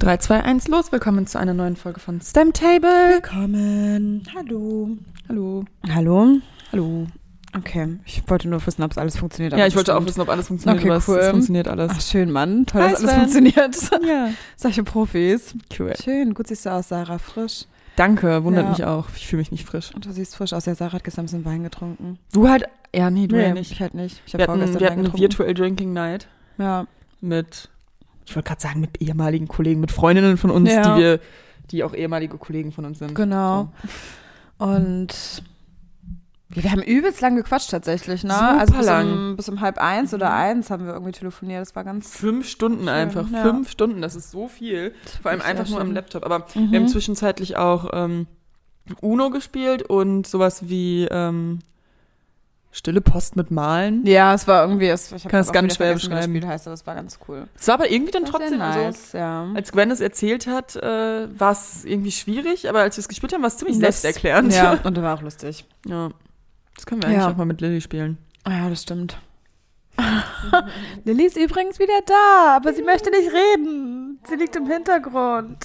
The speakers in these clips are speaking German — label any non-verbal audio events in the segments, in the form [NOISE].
3, 2, 1, los. Willkommen zu einer neuen Folge von STEM Table. Willkommen. Hallo. Hallo. Hallo. Hallo. Okay, ich wollte nur wissen, ob es alles funktioniert. Ja, aber ich wollte auch bestimmt. wissen, ob alles funktioniert. Okay, aber es- cool. Es funktioniert alles. Ach, schön, Mann. Toll, Hi, dass alles Sven. [LAUGHS] funktioniert. ja. Solche Profis. Cool. Schön, gut siehst du aus, Sarah. Frisch. Danke, wundert Ja. mich auch. Ich fühle mich nicht frisch. Und du siehst frisch aus. Ja, Sarah hat gestern ein bisschen Wein getrunken. Du halt. Ja, nee, du ja nicht. ich halt nicht. Ich habe Wir hatten, vorgestern wir Wein hatten eine getrunken. Virtual Drinking Night Ja. mit, ich wollte gerade sagen, mit ehemaligen Kollegen, mit Freundinnen von uns, Ja. die wir, die auch ehemalige Kollegen von uns sind. Genau. Und wir, wir haben übelst lang gequatscht tatsächlich, ne? Super also bis lang. Mhm. Um, bis um halb eins oder eins haben wir irgendwie telefoniert. Das war ganz. Fünf Stunden einfach. ja. Fünf Stunden, das ist so viel. Vor allem Sehr einfach nur am schön. Mhm. Laptop. Aber wir haben zwischenzeitlich auch ähm, Uno gespielt und sowas wie ähm, Stille Post mit Malen. Ja, es war irgendwie. Es, ich hab Kann es auch ganz wieder schwer vergessen, wie beschreiben. Das Spiel heißt, aber es war ganz cool. Es war aber irgendwie dann Das war sehr trotzdem, also, nice, Mhm. ja. als Gwen es erzählt hat, äh, war es irgendwie schwierig, aber als wir es gespielt haben, war es ziemlich Lust- selbsterklärend. [LAUGHS] Ja, und da war auch lustig. Ja. Das können wir eigentlich Ja. auch mal mit Lilly spielen. Ja, das stimmt. [LAUGHS] Lilly ist übrigens wieder da, aber sie möchte nicht reden. Sie liegt im Hintergrund.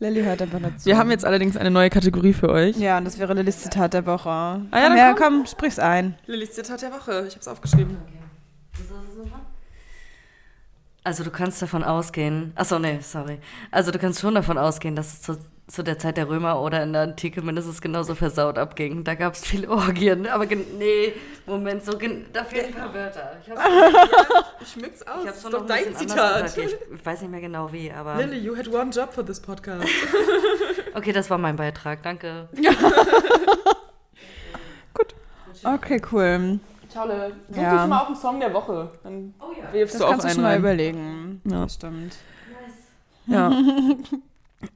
Lilly hört einfach nur zu. Wir haben jetzt allerdings eine neue Kategorie für euch. Ja, und das wäre Lillys Zitat der Woche. Ah, ja, dann ja, komm, sprich's ein. Lillys Zitat der Woche, ich hab's aufgeschrieben. Also du kannst davon ausgehen, achso, nee, sorry. Also du kannst schon davon ausgehen, dass es zu, zu der Zeit der Römer oder in der Antike mindestens genauso versaut abging. Da gab es viele Orgien, aber gen- nee, Moment, so gen da fehlen ein paar Wörter. Ich hab's, Schmück's ich aus, hab's noch ein bisschen anders gesagt. Ich, ich weiß nicht mehr genau wie, aber... Lilly, you had one job for this podcast. Okay, das war mein Beitrag, danke. Okay, cool. Tolle. Such Ja. ja. dich mal auf den Song der Woche. Dann Oh wirfst Das du auch kannst du einen schon mal rein. überlegen. Ja. Das stimmt. [LAUGHS] Ja.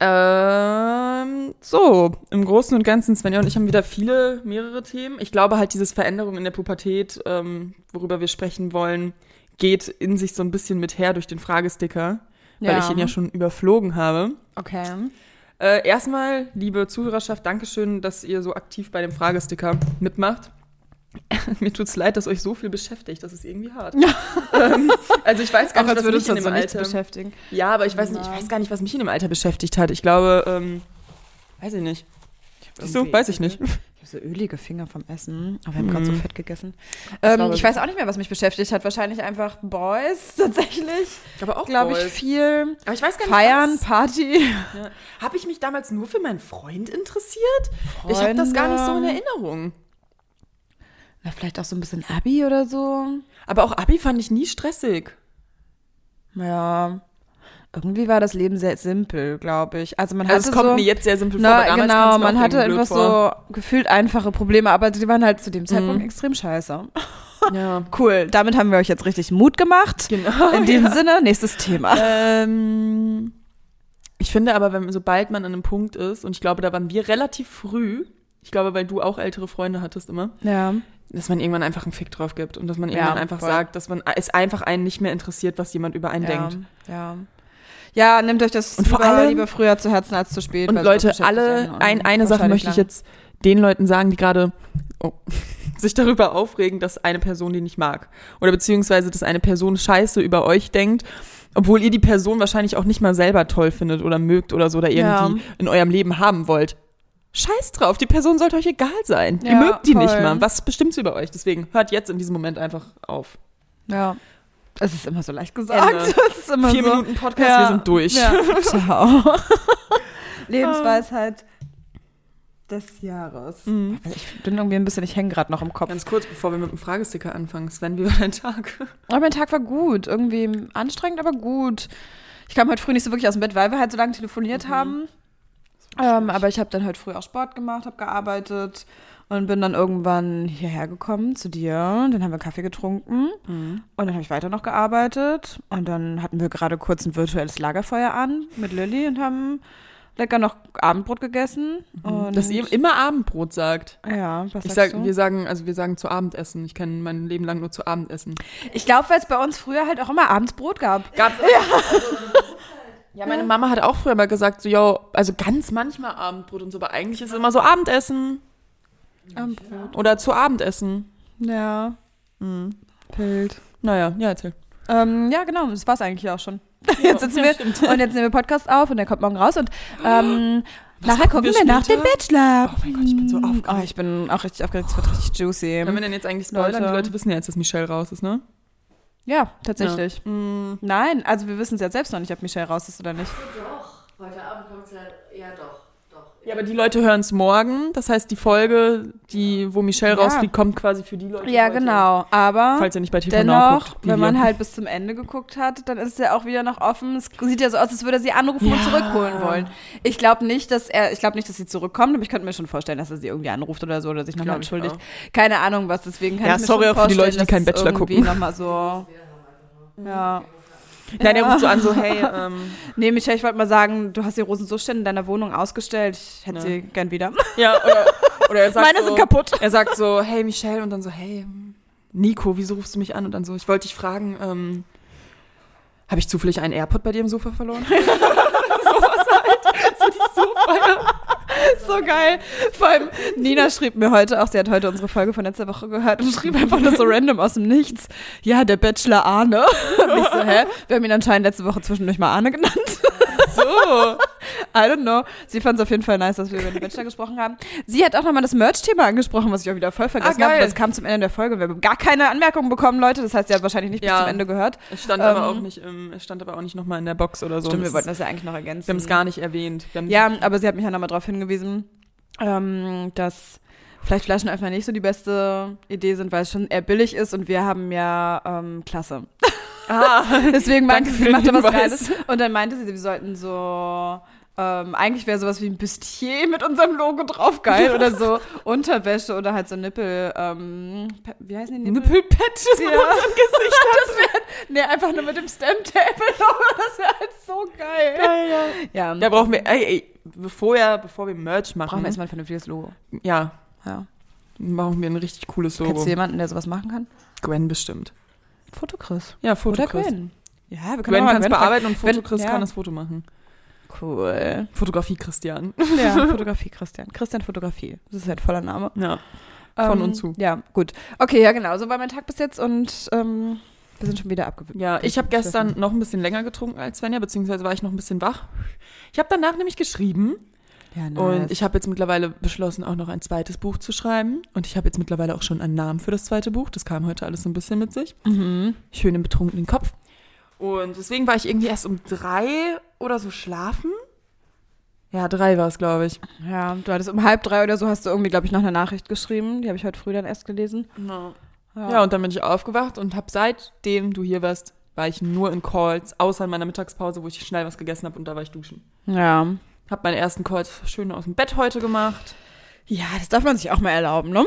ähm, so, im Großen und Ganzen, Svenja und ich haben wieder viele, mehrere Themen. Ich glaube halt, dieses Veränderung in der Pubertät, ähm, worüber wir sprechen wollen, geht in sich so ein bisschen mit her durch den Fragesticker, weil ich ihn ja schon überflogen habe. Okay. Äh, erstmal, liebe Zuhörerschaft, Dankeschön, dass ihr so aktiv bei dem Fragesticker mitmacht. [LAUGHS] Mir tut's leid, dass euch so viel beschäftigt. Das ist irgendwie [LAUGHS] hart. ähm, also ich weiß gar Auch nicht, als was würde es mich in uns dem so nichts Alter. beschäftigen. Ja, aber ich weiß nicht, ich weiß gar nicht, was mich in dem Alter beschäftigt hat. Ich glaube, ähm, weiß ich nicht. Siehst du, irgendwie weiß [LAUGHS] ich nicht. Ich habe so ölige Finger vom Essen, aber wir haben gerade so fett gegessen. Ähm, glaube ich ich. weiß auch nicht mehr, was mich beschäftigt hat. Wahrscheinlich einfach Boys [LAUGHS] tatsächlich. Aber auch, Glaube ich Boys. viel. Aber ich weiß gar nicht. Feiern, Party. [LAUGHS] Ja. Habe ich mich damals nur für meinen Freund interessiert? Ich habe Freunde. das gar nicht so in Erinnerung. Na, vielleicht auch so ein bisschen Abi oder so. Aber auch Abi fand ich nie stressig. Ja. Irgendwie war das Leben sehr simpel, glaube ich. Also man hatte Also es kommt so, mir jetzt sehr simpel vor, aber Na, damals genau, kam's mir man auch hatte irgendwie blöd einfach so gefühlt einfache Probleme, aber die waren halt zu dem Zeitpunkt Mhm. extrem scheiße. [LAUGHS] vor. Ja. Cool, damit haben wir euch jetzt richtig Mut gemacht. [LAUGHS] Genau, In dem Sinne, nächstes Thema. Ähm, ich finde aber, wenn, sobald man an einem Punkt ist, und ich glaube, da waren wir relativ früh, ich glaube, weil du auch ältere Freunde hattest immer, Ja. dass man irgendwann einfach einen Fick drauf gibt und dass man irgendwann einfach voll. sagt, dass man äh, es einfach einen nicht mehr interessiert, was jemand über einen ja, denkt. Ja. Ja, nehmt euch das Und vor lieber, allem- lieber früher zu Herzen als zu spät. Und weil sowas Leute, beschäftigt einen alle, auch ein, eine Sache wahrscheinlich möchte ich jetzt den Leuten sagen, die gerade oh, [LAUGHS] sich darüber aufregen, dass eine Person die nicht mag. Oder beziehungsweise, dass eine Person scheiße über euch denkt, obwohl ihr die Person wahrscheinlich auch nicht mal selber toll findet oder mögt oder so oder irgendwie in eurem Leben haben wollt. Scheiß drauf, die Person sollte euch egal sein. ihr Ja, mögt die nicht voll. mal. Was bestimmt sie über euch? Deswegen hört jetzt in diesem Moment einfach auf. lang. Ja. Es ist immer so leicht gesagt. Ende. [LAUGHS] Es ist immer Vier so. Minuten Podcast, wir sind [LAUGHS] durch. Ja. Ciao. Lebensweisheit des Jahres. Mhm. Ich bin irgendwie ein bisschen, ich hänge gerade noch im Kopf. Ganz kurz, bevor wir mit dem Fragesticker anfangen, Sven, wie war dein Tag? Aber mein Tag war gut. Irgendwie anstrengend, aber gut. Ich kam heute früh nicht so wirklich aus dem Bett, weil wir halt so lange telefoniert Mhm. haben. Ähm, aber ich habe dann heute früh auch Sport gemacht, habe gearbeitet und bin dann irgendwann hierher gekommen zu dir. Dann haben wir Kaffee getrunken Mhm. und dann habe ich weiter noch gearbeitet. Und dann hatten wir gerade kurz ein virtuelles Lagerfeuer an mit Lilly und haben lecker noch Abendbrot gegessen. Und Dass ihr immer Abendbrot sagt. ja, was Mhm. Ich sagst sag, du? wir sagen, also wir sagen zu Abendessen. Ich kann mein Leben lang nur zu Abendessen. ich glaube, weil es bei uns früher halt auch immer abends Brot gab. Gab's ja. [LAUGHS] ja, meine Mama hat auch früher mal gesagt, so, yo, also ganz manchmal Abendbrot und so, aber eigentlich ist immer so Abendessen. Oder zu Abendessen. Hm. Ja. Bild. Naja, ja, erzähl. Ähm, ja, genau, das war's eigentlich auch schon. [LAUGHS] jetzt sitzen wir und jetzt nehmen wir Podcast auf und der kommt morgen raus und ähm, nachher gucken wir, gucken Oh, wir nach dem später? Bachelor. Oh mein Gott, ich bin so aufgeregt. Oh, ich bin auch richtig aufgeregt, es wird richtig juicy. Können wir denn jetzt eigentlich spoilern? Leute. Die Leute wissen ja jetzt, dass Michelle raus ist, ne? Hm. Ja, tatsächlich. Nein, also wir wissen es ja selbst noch nicht, ob Michelle raus ist oder nicht. Doch, heute Abend kommt es ja. Ja, doch, doch. Ja, aber die Leute hören es morgen. Das heißt, die Folge, die, wo Michelle Ja. rausfliegt, kommt quasi für die Leute. Ja, heute. genau. Aber Falls ihr nicht bei TV Now dennoch, guckt. wie wenn man wir. halt bis zum Ende geguckt hat, dann ist er auch wieder noch offen. Es sieht ja so aus, als würde er sie anrufen und Ja. zurückholen wollen. Ich glaube nicht, dass er, ich glaube nicht, dass sie zurückkommt, aber ich könnte mir schon vorstellen, dass er sie irgendwie anruft oder so oder sich nochmal Glaub ich entschuldigt. Keine Ahnung was, deswegen kann Ja, ich mir sorry schon auch für die vorstellen, Leute, die dass keinen es Bachelor irgendwie gucken. Nochmal so. Ja. Nein, der ruft so an, so, [LAUGHS] hey, ähm, Nee, Michelle, ich wollte mal sagen, du hast die Rosenzustände in deiner Wohnung ausgestellt. Ich hätte Ja. sie gern wieder. ja, oder, oder er sagt Meine so, sind kaputt. Er sagt so, hey Michelle, und dann so, hey ähm, Nico, wieso rufst du mich an? Und dann so, ich wollte dich fragen, ähm, habe ich zufällig einen AirPod bei dir im Sofa [LAUGHS] verloren? So geil. Vor allem, Nina schrieb mir heute auch, sie hat heute unsere Folge von letzter Woche gehört und schrieb einfach nur so random aus dem Nichts. Ja, der Bachelor Arne. Und ich so, hä? Wir haben ihn anscheinend letzte Woche zwischendurch mal Arne genannt. So. I don't know. Sie fand es auf jeden Fall nice, dass wir über den Bachelor gesprochen haben. Sie hat auch nochmal das Merch-Thema angesprochen, was ich auch wieder voll vergessen Ah, habe. geil. Das kam zum Ende der Folge. Wir haben gar keine Anmerkungen bekommen, Leute. Das heißt, ihr habt wahrscheinlich nicht bis Ja. zum Ende gehört. Es stand aber auch nicht, im, es stand aber auch nicht nochmal in der Box oder so. Ähm. Stimmt, wir Es- wollten das ja eigentlich noch ergänzen. wir haben es gar nicht erwähnt. Wir haben [LAUGHS] Ja, aber sie hat mich ja nochmal darauf hingewiesen, ähm, dass vielleicht Flaschenöffner nicht so die beste Idee sind, weil es schon eher billig ist und wir haben ja ähm, [LAUGHS] Klasse. [LAUGHS] Deswegen meinte Ah, Danke sie, für sie den machte was Hinweis. Geiles. Und dann meinte sie, wir sollten so. Ähm, eigentlich wäre sowas wie ein Bustier mit unserem Logo drauf geil oder [LAUGHS] so Unterwäsche oder halt so Nippel. Ähm, Pe- wie heißen die Nippel? Nippelpatches Ja. mit [LAUGHS] unserem Gesicht. Das wär, nee, einfach nur mit dem [LAUGHS] Stamp-Table-Logo. Das wäre halt so geil. Ja, Da brauchen wir, ey, ey, bevor, ja, bevor wir Merch machen, brauchen wir erstmal ein vernünftiges Logo. ja, Ja. brauchen wir ein richtig cooles Kennst Logo. du jemanden, der sowas machen kann? Gwen bestimmt. Fotochris. Ja, Foto Oder Chris. Gwen. Ja, wir Gwen auch mal kann es fragen. bearbeiten und Foto Wenn- Chris ja. kann das Foto machen. Cool. Fotografie Christian. [LAUGHS] [LAUGHS] Ja, Fotografie Christian. Christian Fotografie. Das ist halt voller Name. Ja. Von Ähm, und zu. Ja, gut. Okay, ja genau. So war mein Tag bis jetzt und ähm, wir sind schon wieder abgewürgt. Ja, ich habe gestern noch ein bisschen länger getrunken als Svenja, beziehungsweise war ich noch ein bisschen wach. Ich habe danach nämlich geschrieben Ja, und ich habe jetzt mittlerweile beschlossen, auch noch ein zweites Buch zu schreiben. Und ich habe jetzt mittlerweile auch schon einen Namen für das zweite Buch. Das kam heute alles so ein bisschen mit sich. mhm. Schön im betrunkenen Kopf. Und deswegen war ich irgendwie erst um drei oder so schlafen. Ja, drei war es, glaube ich. ja, du hattest um halb drei oder so hast du irgendwie, glaube ich, noch eine Nachricht geschrieben. Die habe ich heute früh dann erst gelesen. Ja. ja, und dann bin ich aufgewacht und habe seitdem du hier warst, war ich nur in Calls, außer in meiner Mittagspause, wo ich schnell was gegessen habe und da war ich duschen. Ja. Hab meinen ersten Call schön aus dem Bett heute gemacht. Ja, das darf man sich auch mal erlauben, ne?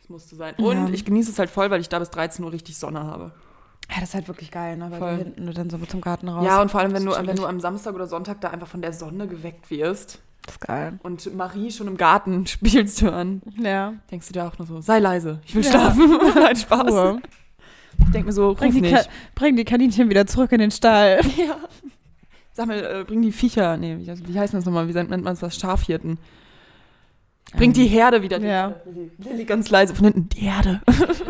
Das musste sein. Und Ja. ich genieße es halt voll, weil ich da bis 13 Uhr richtig Sonne habe. Ja, das ist halt wirklich geil, ne? Weil Voll. du hinten dann so zum Garten raus. ja, und vor allem, wenn du, Oh, Das ist wenn du chillig. am Samstag oder Sonntag da einfach von der Sonne geweckt wirst das ist geil. und Marie schon im Garten [LAUGHS] spielst hören, Ja. denkst du dir auch nur so, sei leise, ich will Ja. schlafen. [LAUGHS] Nein, Spaß. Ruhe. Ich denk mir so, ruf Bring die, Ka nicht. bring die Kaninchen wieder zurück in den Stall. Ja. Sammel, äh, bring die Viecher, nee, wie, wie heißt das nochmal, wie nennt man das, Schafhirten. Bring die Herde wieder. Ähm, Ja. Mhm. Lilly ganz leise von hinten, die Herde. [LAUGHS]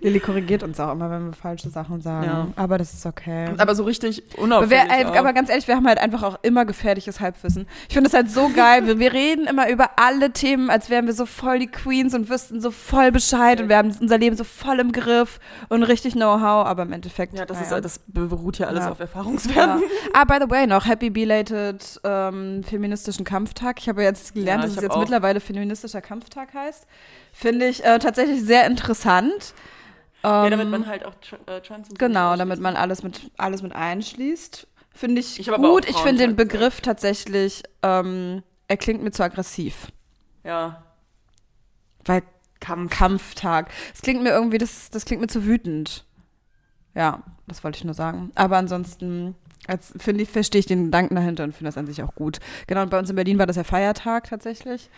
Lilly korrigiert uns auch immer, wenn wir falsche Sachen sagen. Ja. Aber das ist okay. Aber so richtig Aber, unauffällig wir, äh, auch. aber ganz ehrlich, wir haben halt einfach auch immer gefährliches Halbwissen. Ich finde es halt so geil. Wir, wir reden immer über alle Themen, als wären wir so voll die Queens und wüssten so voll Bescheid und wir haben unser Leben so voll im Griff und richtig Know-how. Aber im Endeffekt. Ja, das, naja. ist, halt- das beruht ja alles Ah, Ja. auf Erfahrungswerten. Ah, by the way, noch Happy Belated ähm, Feministischen Kampftag. Ich habe jetzt gelernt, Ja, dass ich es hab jetzt auch. mittlerweile Feministischer Kampftag heißt. Finde ich äh, tatsächlich sehr interessant. Ja, Ähm, damit man halt auch tr- äh, trans und so Genau, nicht damit man alles mit, alles mit einschließt. Finde ich, Ich hab aber gut. auch Ich finde den Frauenschutz, ja. Begriff tatsächlich, ähm, er klingt mir zu aggressiv. schließt. Ja. Weil Kampf. Kampftag. Das klingt mir irgendwie, das, das klingt mir zu wütend. Ja, das wollte ich nur sagen. Aber ansonsten als, finde ich, verstehe ich den Gedanken dahinter und finde das an sich auch gut. Genau, und bei uns in Berlin war das ja Feiertag tatsächlich.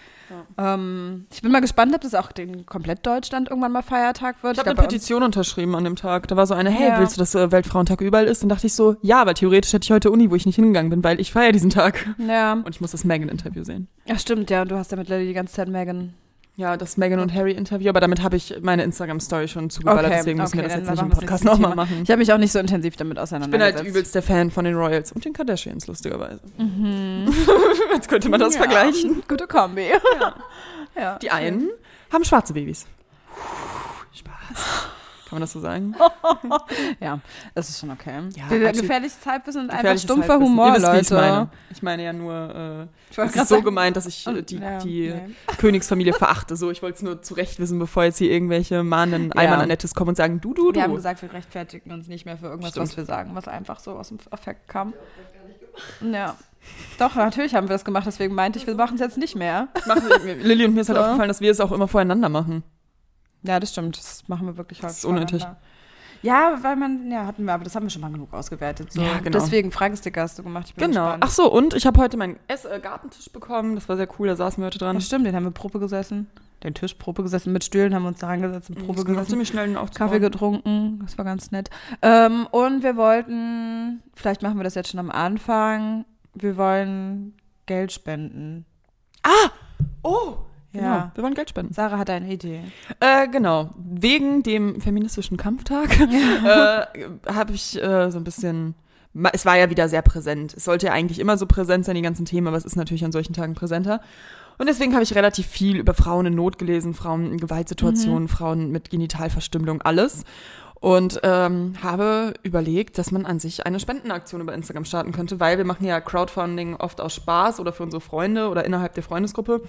Ähm, ich bin mal gespannt, ob das auch in komplett Deutschland irgendwann mal Feiertag wird. Ich habe glaub, eine bei uns- Petition unterschrieben an dem Tag. Da war so eine, hey, Ja. willst du, dass äh, Weltfrauentag überall ist? Dann dachte ich so, ja, aber theoretisch hätte ich heute Uni, wo ich nicht hingegangen bin, weil ich feiere diesen Tag. Ja. Und ich muss das Megan-Interview sehen. ja, stimmt, ja. Und du hast ja mittlerweile die ganze Zeit Megan Ja, das Meghan und Harry Interview, aber damit habe ich meine Instagram-Story schon zugeballert, Okay, deswegen müssen wir okay, das dann jetzt nicht im machen wir's Podcast jetzt nicht nochmal Thema. machen. Ich habe mich auch nicht so intensiv damit Ich bin halt auseinandergesetzt. übelst der Fan von den Royals und den Kardashians, lustigerweise. [LAUGHS] Jetzt könnte man das Mhm. Ja, vergleichen. Gute Kombi. Ja. [LAUGHS] ja. Die einen haben schwarze Babys. Spaß. Kann man das so sagen? [LAUGHS] Ja, das ist schon okay. Ja, Der- der absolut. gefährliches Zeitwissen und einfach Gefährliches stumpfer Halbwissen. Humor, Ihr wisst, wie Leute. Ich meine. ich meine ja nur, Ich äh, wollte es grad ist so sagen- gemeint, dass ich äh, die, Ja, die nee. Königsfamilie verachte. So, ich wollte es nur zurecht wissen, bevor jetzt hier irgendwelche mahnenden Alman Annettes kommen und sagen, du, du, du. Wir haben gesagt, wir rechtfertigen uns nicht mehr für irgendwas, Stimmt. was wir sagen, was einfach so aus dem Affekt kam. Ja. Doch, natürlich haben wir das gemacht, deswegen meinte ich, wir machen es jetzt nicht mehr. Machen wir- Lilly und mir ist halt So. aufgefallen, dass wir es auch immer voreinander machen. [LAUGHS] Ja, das stimmt. Das machen wir wirklich häufig. Das ist unnötig. voneinander. Ja, weil man, ja, hatten wir, aber das haben wir schon mal genug ausgewertet. So. Ja, genau. Deswegen Fragesticker hast du gemacht. Ich bin Genau. Gespannt. Ach so, und ich habe heute meinen Ess äh, Gartentisch bekommen. Das war sehr cool, da saßen wir heute dran. das stimmt, den haben wir Probe gesessen. Den Tisch Probe gesessen, mit Stühlen haben wir uns da rangesetzt und Probe Mhm, Das genau ging auch gesessen. ziemlich schnell den aufzubauen. Kaffee getrunken, das war ganz nett. Ähm, und wir wollten, vielleicht machen wir das jetzt schon am Anfang, wir wollen Geld spenden. Oh! Ja. Ja. Genau, wir wollen Geld spenden. Sarah hat eine Idee. Äh, genau. Wegen dem feministischen Kampftag [LAUGHS] äh, habe ich äh, so ein bisschen. ma- Es war ja wieder sehr präsent. Es sollte ja eigentlich immer so präsent sein, die ganzen Themen, aber es ist natürlich an solchen Tagen präsenter. Und deswegen habe ich relativ viel über Frauen in Not gelesen, Frauen in Gewaltsituationen, Frauen mit Genitalverstümmelung, alles. Und ähm, habe überlegt, dass man an sich eine Spendenaktion über Instagram starten könnte, weil wir machen ja Crowdfunding oft aus Spaß oder für unsere Freunde oder innerhalb der Freundesgruppe.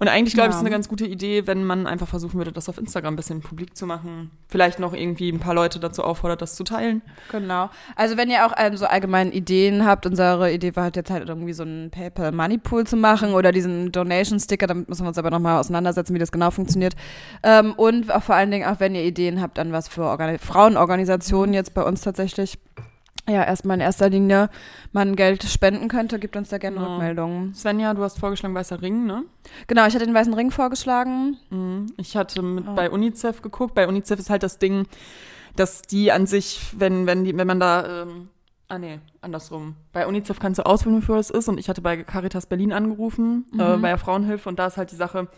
Und eigentlich glaube ich, es Ja. ist eine ganz gute Idee, wenn man einfach versuchen würde, das auf Instagram ein bisschen publik zu machen. Vielleicht noch irgendwie ein paar Leute dazu auffordert, das zu teilen. Genau. Also wenn ihr auch ähm, so allgemeine Ideen habt, unsere Idee war halt jetzt halt irgendwie so einen PayPal Money Pool zu machen oder diesen Donation Sticker, damit müssen wir uns aber nochmal auseinandersetzen, wie das genau funktioniert. Ähm, und auch vor allen Dingen auch, wenn ihr Ideen habt an was für Organi Frauenorganisationen jetzt bei uns tatsächlich, ja, erstmal in erster Linie man Geld spenden könnte, gibt uns da gerne Genau. Rückmeldungen. Svenja, du hast vorgeschlagen Weißer Ring, ne? Genau, ich hatte den Weißen Ring vorgeschlagen. Ich hatte Ah. mit bei UNICEF geguckt. Bei UNICEF ist halt das Ding, dass die an sich, wenn, wenn, die, wenn man da. Ähm, ah, nee, andersrum. Bei UNICEF kannst du auswählen, wofür es ist. Und ich hatte bei Caritas Berlin angerufen, Mhm. äh, bei der Frauenhilfe. Und da ist halt die Sache,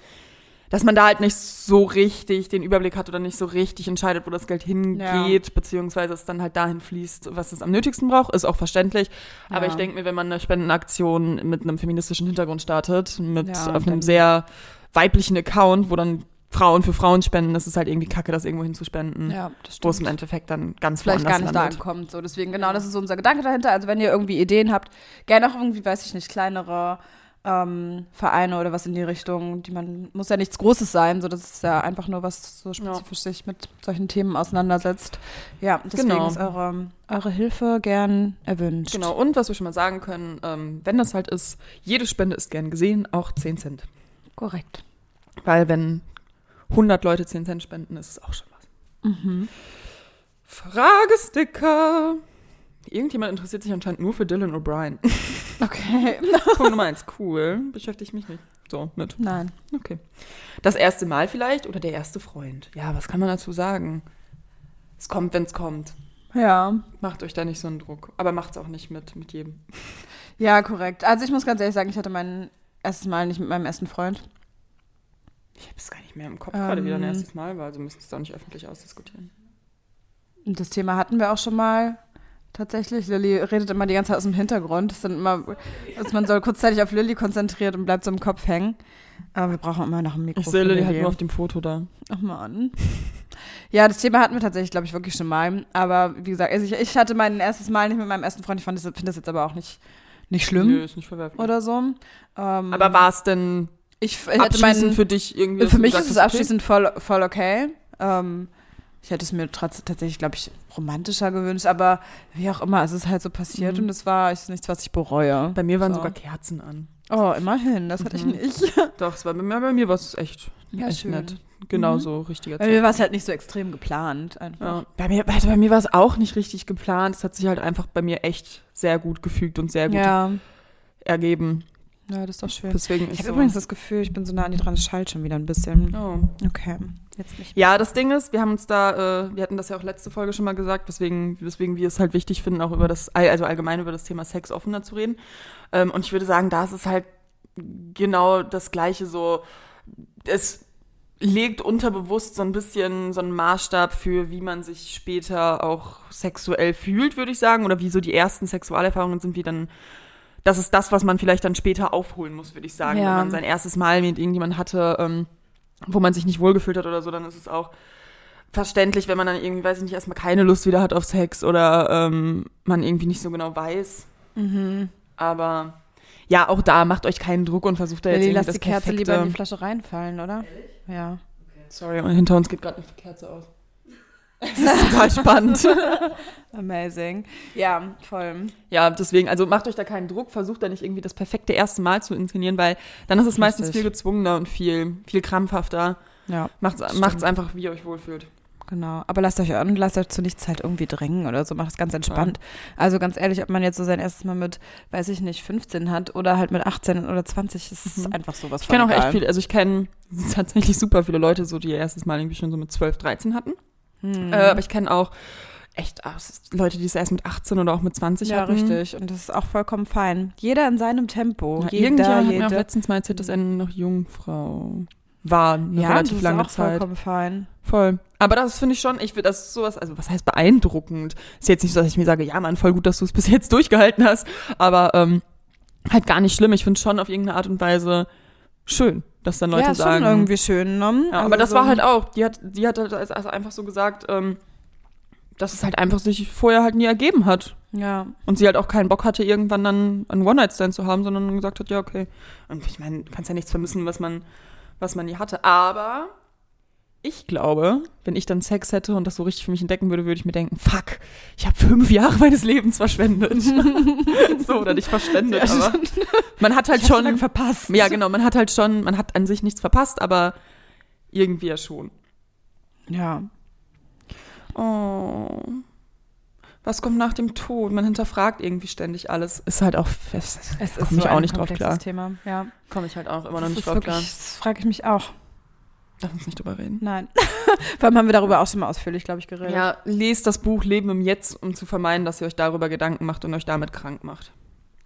dass man da halt nicht so richtig den Überblick hat oder nicht so richtig entscheidet, wo das Geld hingeht, beziehungsweise es dann halt dahin fließt, was es am nötigsten braucht. Ist auch verständlich. Aber Ja. ich denke mir, wenn man eine Spendenaktion mit einem feministischen Hintergrund startet, mit Ja, auf einem dann- sehr weiblichen Account, wo dann Frauen für Frauen spenden, das ist halt irgendwie kacke, das irgendwo hinzuspenden. Ja, das Mhm. wo es im Endeffekt dann ganz vielleicht gar woanders nicht da landet. ankommt. So, deswegen, genau, das ist so unser Gedanke dahinter. Also, wenn ihr irgendwie Ideen habt, gerne auch irgendwie, weiß ich nicht, kleinere ähm, Vereine oder was in die Richtung, die man, muss ja nichts Großes sein, so, das ist Mhm. ja einfach nur was so spezifisch sich mit solchen Themen auseinandersetzt. Ja, deswegen Genau. ist eure, eure Hilfe gern erwünscht. Genau, und was wir schon mal sagen können, ähm, wenn das halt ist, jede Spende ist gern gesehen, auch 10 Cent. Korrekt. Weil wenn 100 Leute 10 Cent spenden, ist es auch schon was. Mhm. Fragesticker. Irgendjemand interessiert sich anscheinend nur für Dylan O'Brien. [LAUGHS] Okay. [LAUGHS] Punkt Nummer eins, cool. Beschäftige ich mich nicht so mit. Nein. Okay. Das erste Mal vielleicht oder der erste Freund? Ja, was kann man dazu sagen? Es kommt, wenn es kommt. Ja. Macht euch da nicht so einen Druck. Aber macht's auch nicht mit, mit jedem. Ja, korrekt. Also, ich muss ganz ehrlich sagen, ich hatte mein erstes Mal nicht mit meinem ersten Freund. Ich hab's gar nicht mehr im Kopf Ähm. gerade, wie dein erstes Mal war. Also müssen es auch nicht öffentlich ausdiskutieren. Und Das Thema hatten wir auch schon mal. Tatsächlich, Lilly redet immer die ganze Zeit aus dem Hintergrund. Das sind immer, also man soll kurzzeitig auf Lilly konzentriert und bleibt so im Kopf hängen. Aber wir brauchen immer noch ein Mikro. Ich sehe für Lilly halt nur auf dem Foto da. Ach man. Ja, das Thema hatten wir tatsächlich, glaube ich, wirklich schon mal. Aber wie gesagt, also ich, ich hatte mein erstes Mal nicht mit meinem ersten Freund. Ich fand das- finde das jetzt aber auch nicht, nicht Nö, schlimm ist nicht verwerflich. oder so. Ähm, Aber war es denn ich, ich hatte abschließend meinen, für dich irgendwie? dass für du mich sagst, ist es okay? abschließend voll, voll okay. Ähm, ich hätte es mir trotz, tatsächlich, glaube ich, romantischer gewünscht, aber wie auch immer, es ist halt so passiert und es war es ist nichts, was ich bereue. Bei mir waren So. sogar Kerzen an. Oh, immerhin, das hatte ich [LAUGHS] nicht. Doch, es war, bei mir, bei mir war es echt, Ja, echt schön. nett. Genauso richtiger Bei mir war es halt nicht so extrem geplant. Einfach. Ja. Bei mir, also bei mir war es auch nicht richtig geplant. Es hat sich halt einfach bei mir echt sehr gut gefügt und sehr gut ja. ergeben. Ja, das ist doch schön. Deswegen Ich ist habe so. übrigens das Gefühl, ich bin so nah an die dran, es schallt schon wieder ein bisschen. oh. Okay, jetzt nicht. Ja, das Ding ist, wir haben uns da, äh, wir hatten das ja auch letzte Folge schon mal gesagt, weswegen, weswegen wir es halt wichtig finden, auch über das, all- also allgemein über das Thema Sex offener zu reden. Ähm, und ich würde sagen, da ist es halt genau das Gleiche so. Es legt unterbewusst so ein bisschen so einen Maßstab für, wie man sich später auch sexuell fühlt, würde ich sagen. Oder wie so die ersten Sexualerfahrungen sind, wie dann, das ist das, was man vielleicht dann später aufholen muss, würde ich sagen. Ja. Wenn man sein erstes Mal mit irgendjemand hatte, ähm, wo man sich nicht wohlgefühlt hat oder so, dann ist es auch verständlich, wenn man dann irgendwie, weiß ich nicht, erstmal keine Lust wieder hat auf Sex oder ähm, man irgendwie nicht so genau weiß. Mhm. Aber ja, auch da macht euch keinen Druck und versucht da jetzt Lilly, irgendwie lass das die Kerze perfekte- lieber in die Flasche reinfallen, oder? [LAUGHS] Ja. Sorry, und hinter uns geht gerade eine Kerze aus. Das ist [LAUGHS] total spannend. Amazing. Ja, voll. Ja, deswegen, also macht euch da keinen Druck, versucht da nicht irgendwie das perfekte erste Mal zu inszenieren, weil dann ist es meistens Richtig. viel gezwungener und viel, viel krampfhafter. Ja, Macht's, Stimmt. macht's einfach, wie ihr euch wohlfühlt. genau. Aber lasst euch an, lasst euch zu nichts halt irgendwie drängen oder so. Macht es ganz entspannt. Also ganz ehrlich, ob man jetzt so sein erstes Mal mit, weiß ich nicht, 15 hat oder halt mit 18 oder 20, es ist einfach sowas Mhm. Ich kenne auch echt viel. viele, also ich kenne tatsächlich super viele Leute, so die ihr erstes Mal irgendwie schon so mit 12, 13 hatten. Hm. Äh, Mhm. aber ich kenne auch echt aus- Leute, die es erst mit 18 oder auch mit 20 Ja, hatten. richtig. Und das ist auch vollkommen fein. Jeder in seinem Tempo. Ja, jeder, Irgendjemand hat mir auch jede. letztens mal erzählt, dass er noch Jungfrau war, eine ja, das relativ ist lange auch Zeit. vollkommen fein. Voll. Aber das finde ich schon, ich finde, das ist sowas, also was heißt beeindruckend? Ist jetzt nicht so, dass ich mir sage, ja Mann, voll gut, dass du es bis jetzt [LAUGHS] durchgehalten hast, aber ähm, halt gar nicht schlimm. Ich finde schon auf irgendeine Art und Weise schön, dass dann Leute ja, ist sagen. schon irgendwie schön, ne? ja, Also aber das so- war halt auch, die hat, die hat halt als- also einfach so gesagt, ähm, dass es halt einfach sich vorher halt nie ergeben hat. [LAUGHS] Ja, Und sie halt auch keinen Bock hatte, irgendwann dann einen One-Night-Stand zu haben, sondern gesagt hat, ja, okay. Und ich meine, du kannst ja nichts vermissen, was man, was man nie hatte. Aber ich glaube, wenn ich dann Sex hätte und das so richtig für mich entdecken würde, würde ich mir denken, fuck, ich habe fünf Jahre meines Lebens [LAUGHS] verschwendet. so, oder nicht verschwendet, [LAUGHS] aber man hat halt schon... verpasst. ja, genau, man hat halt schon, man hat an sich nichts verpasst, aber irgendwie ja schon. Ja. Oh. Was kommt nach dem Tod? Man hinterfragt irgendwie ständig alles. Ist halt auch fest. Es Komm ich auch nicht drauf komplexes klar. Thema. Ja. Komme ich halt auch immer noch das nicht ist drauf wirklich, klar. das frage ich mich auch. Lass uns nicht drüber reden. Nein. [LAUGHS] Vor allem haben wir darüber auch schon mal ausführlich, glaube ich, geredet. Ja, lest das Buch Leben im Jetzt, um zu vermeiden, dass ihr euch darüber Gedanken macht und euch damit krank macht.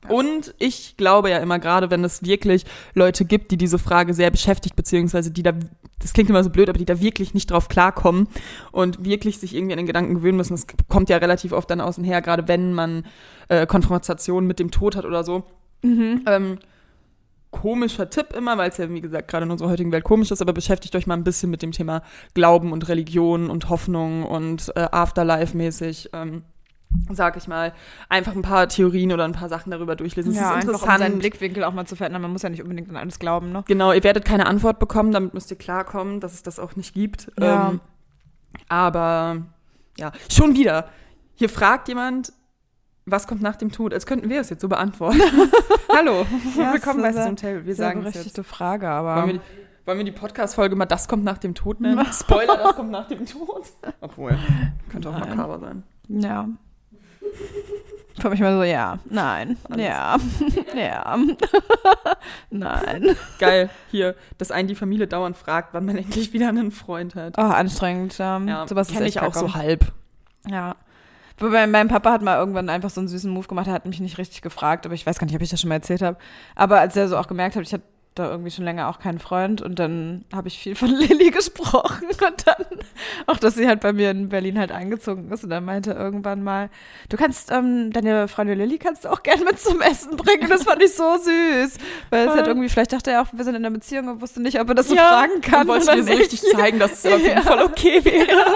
Und ich glaube ja immer, gerade wenn es wirklich Leute gibt, die diese Frage sehr beschäftigt, beziehungsweise die da, das klingt immer so blöd, aber die da wirklich nicht drauf klarkommen und wirklich sich irgendwie an den Gedanken gewöhnen müssen, das kommt ja relativ oft dann außen her, gerade wenn man äh, Konfrontation mit dem Tod hat oder so. Mhm. Ähm, komischer Tipp immer, weil es ja, wie gesagt, gerade in unserer heutigen Welt komisch ist, aber beschäftigt euch mal ein bisschen mit dem Thema Glauben und Religion und Hoffnung und äh, Afterlife-mäßig, ähm, sag ich mal, einfach ein paar Theorien oder ein paar Sachen darüber durchlesen. Ja, es ist einfach um seinen interessant. Blickwinkel auch mal zu verändern. Man muss ja nicht unbedingt an alles glauben, ne? Genau, ihr werdet keine Antwort bekommen, damit müsst ihr klarkommen, dass es das auch nicht gibt. Ja. Ähm, aber ja, schon wieder. Hier fragt jemand, was kommt nach dem Tod? Als könnten wir es jetzt [LAUGHS] so beantworten. Hallo, [LAUGHS] Ja, willkommen es bei ist eine Hotel. Hotel. Wir Sehr sagen es jetzt. berechtigte Frage, aber. Wollen wir, die- wollen wir die Podcast-Folge mal Das kommt nach dem [LAUGHS] Tod nennen? Spoiler, das kommt nach dem Tod. Obwohl, könnte auch Nein. makaber sein. [LAUGHS] Ja. Komme ich mal so, ja, nein, Alles. ja, [LAUGHS] ja, nein. Geil, hier, dass einen die Familie dauernd fragt, wann man endlich wieder einen Freund hat. Oh, anstrengend. Ähm, sowas ist kenn echt kacke. halb. Ja. Wobei mein Papa hat mal irgendwann einfach so einen süßen Move gemacht, er hat mich nicht richtig gefragt, aber ich weiß gar nicht, ob ich das schon mal erzählt habe. Aber als er so auch gemerkt hat, ich hatte da irgendwie schon länger auch keinen Freund und dann habe ich viel von [LAUGHS] Lilly gesprochen und dann auch, dass sie halt bei mir in Berlin halt eingezogen ist und dann meinte er irgendwann mal, du kannst ähm, deine Freundin Lilly kannst du auch gerne mit zum Essen bringen und das fand ich so süß, weil es halt irgendwie, vielleicht dachte er auch, wir sind in einer Beziehung und wusste nicht, ob er das so Ja, fragen kann Dann wollte oder ich dir so nicht. richtig zeigen, dass es auf [LAUGHS] jeden Ja. Fall okay wäre.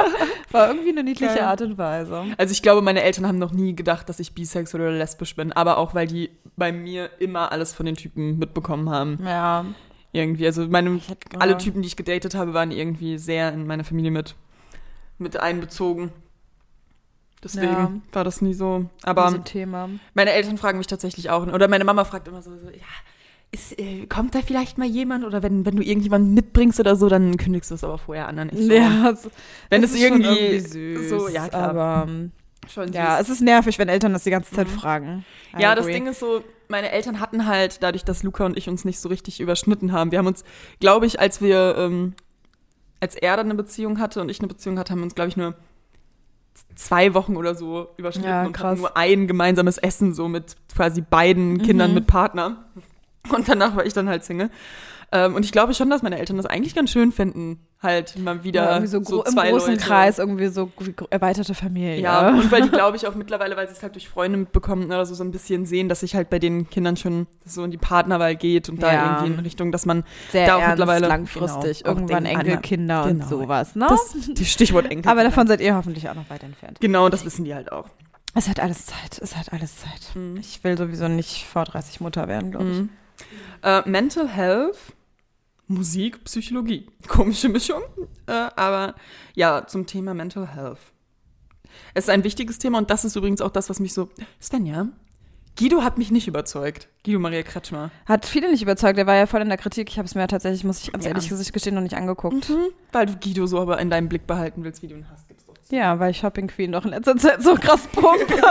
War irgendwie eine niedliche Geil. Art und Weise. Also ich glaube, meine Eltern haben noch nie gedacht, dass ich bisexuell oder lesbisch bin. Aber auch, weil die bei mir immer alles von den Typen mitbekommen haben. Ja. Irgendwie, also meine, hätte- alle Typen, die ich gedatet habe, waren irgendwie sehr in meine Familie mit, mit einbezogen. Deswegen Ja. war das nie so. Aber so ein Thema. meine Eltern fragen mich tatsächlich auch. Oder meine Mama fragt immer so, so ja, ist, äh, kommt da vielleicht mal jemand? Oder wenn, wenn du irgendjemanden mitbringst oder so, dann kündigst du es aber vorher an. Dann ist so, Ja, es- wenn es ist schon irgendwie, süß, so, ja, klar. aber ähm, schon ja, es ist nervig, wenn Eltern das die ganze Zeit fragen. I Mhm. Ja, das agree. Ding ist so, meine Eltern hatten halt, dadurch, dass Luca und ich uns nicht so richtig überschnitten haben. Wir haben uns, glaube ich, als wir, ähm, als er dann eine Beziehung hatte und ich eine Beziehung hatte, haben wir uns, glaube ich, nur z- zwei Wochen oder so überschnitten Ja, und krass. hatten nur ein gemeinsames Mhm. Essen, so mit quasi beiden Kindern mit Partner. Und danach war ich dann halt Single. Ähm, und ich glaube schon, dass meine Eltern das eigentlich ganz schön finden, halt mal wieder irgendwie so, so gro- im zwei großen Leute. Kreis, irgendwie so gro- gro- erweiterte Familie. [LAUGHS] Ja, und weil die, glaube ich, auch mittlerweile, weil sie es halt durch Freunde mitbekommen oder so, so ein bisschen sehen, dass sich halt bei den Kindern schon so in die Partnerwahl geht und Ja. da irgendwie in Richtung, dass man sehr da auch ernst, mittlerweile langfristig. genau, auch Irgendwann den Enkelkinder anderen- und Genau. sowas, ne? das, das Stichwort Enkel. Aber davon seid ihr hoffentlich auch noch weit entfernt. Genau, das wissen die halt auch. Es hat alles Zeit, es hat alles Zeit. Ich will sowieso nicht vor 30 Mutter werden, glaube ich. Äh, Mental Health, Musik, Psychologie. Komische Mischung, äh, aber ja, zum Thema Mental Health. Es ist ein wichtiges Thema und das ist übrigens auch das, was mich so. Svenja, Guido hat mich nicht überzeugt. Guido Maria Kretschmer. Hat viele nicht überzeugt, der war ja voll in der Kritik. Ich habe es mir tatsächlich, muss ich ganz Ja. Mhm. ehrlich gestehen, noch nicht angeguckt. Weil du Guido so aber in deinem Blick behalten willst, wie du ihn hast, gibst du. Ja, weil Shopping Queen doch in letzter Zeit so krass [LAUGHS] pumpe.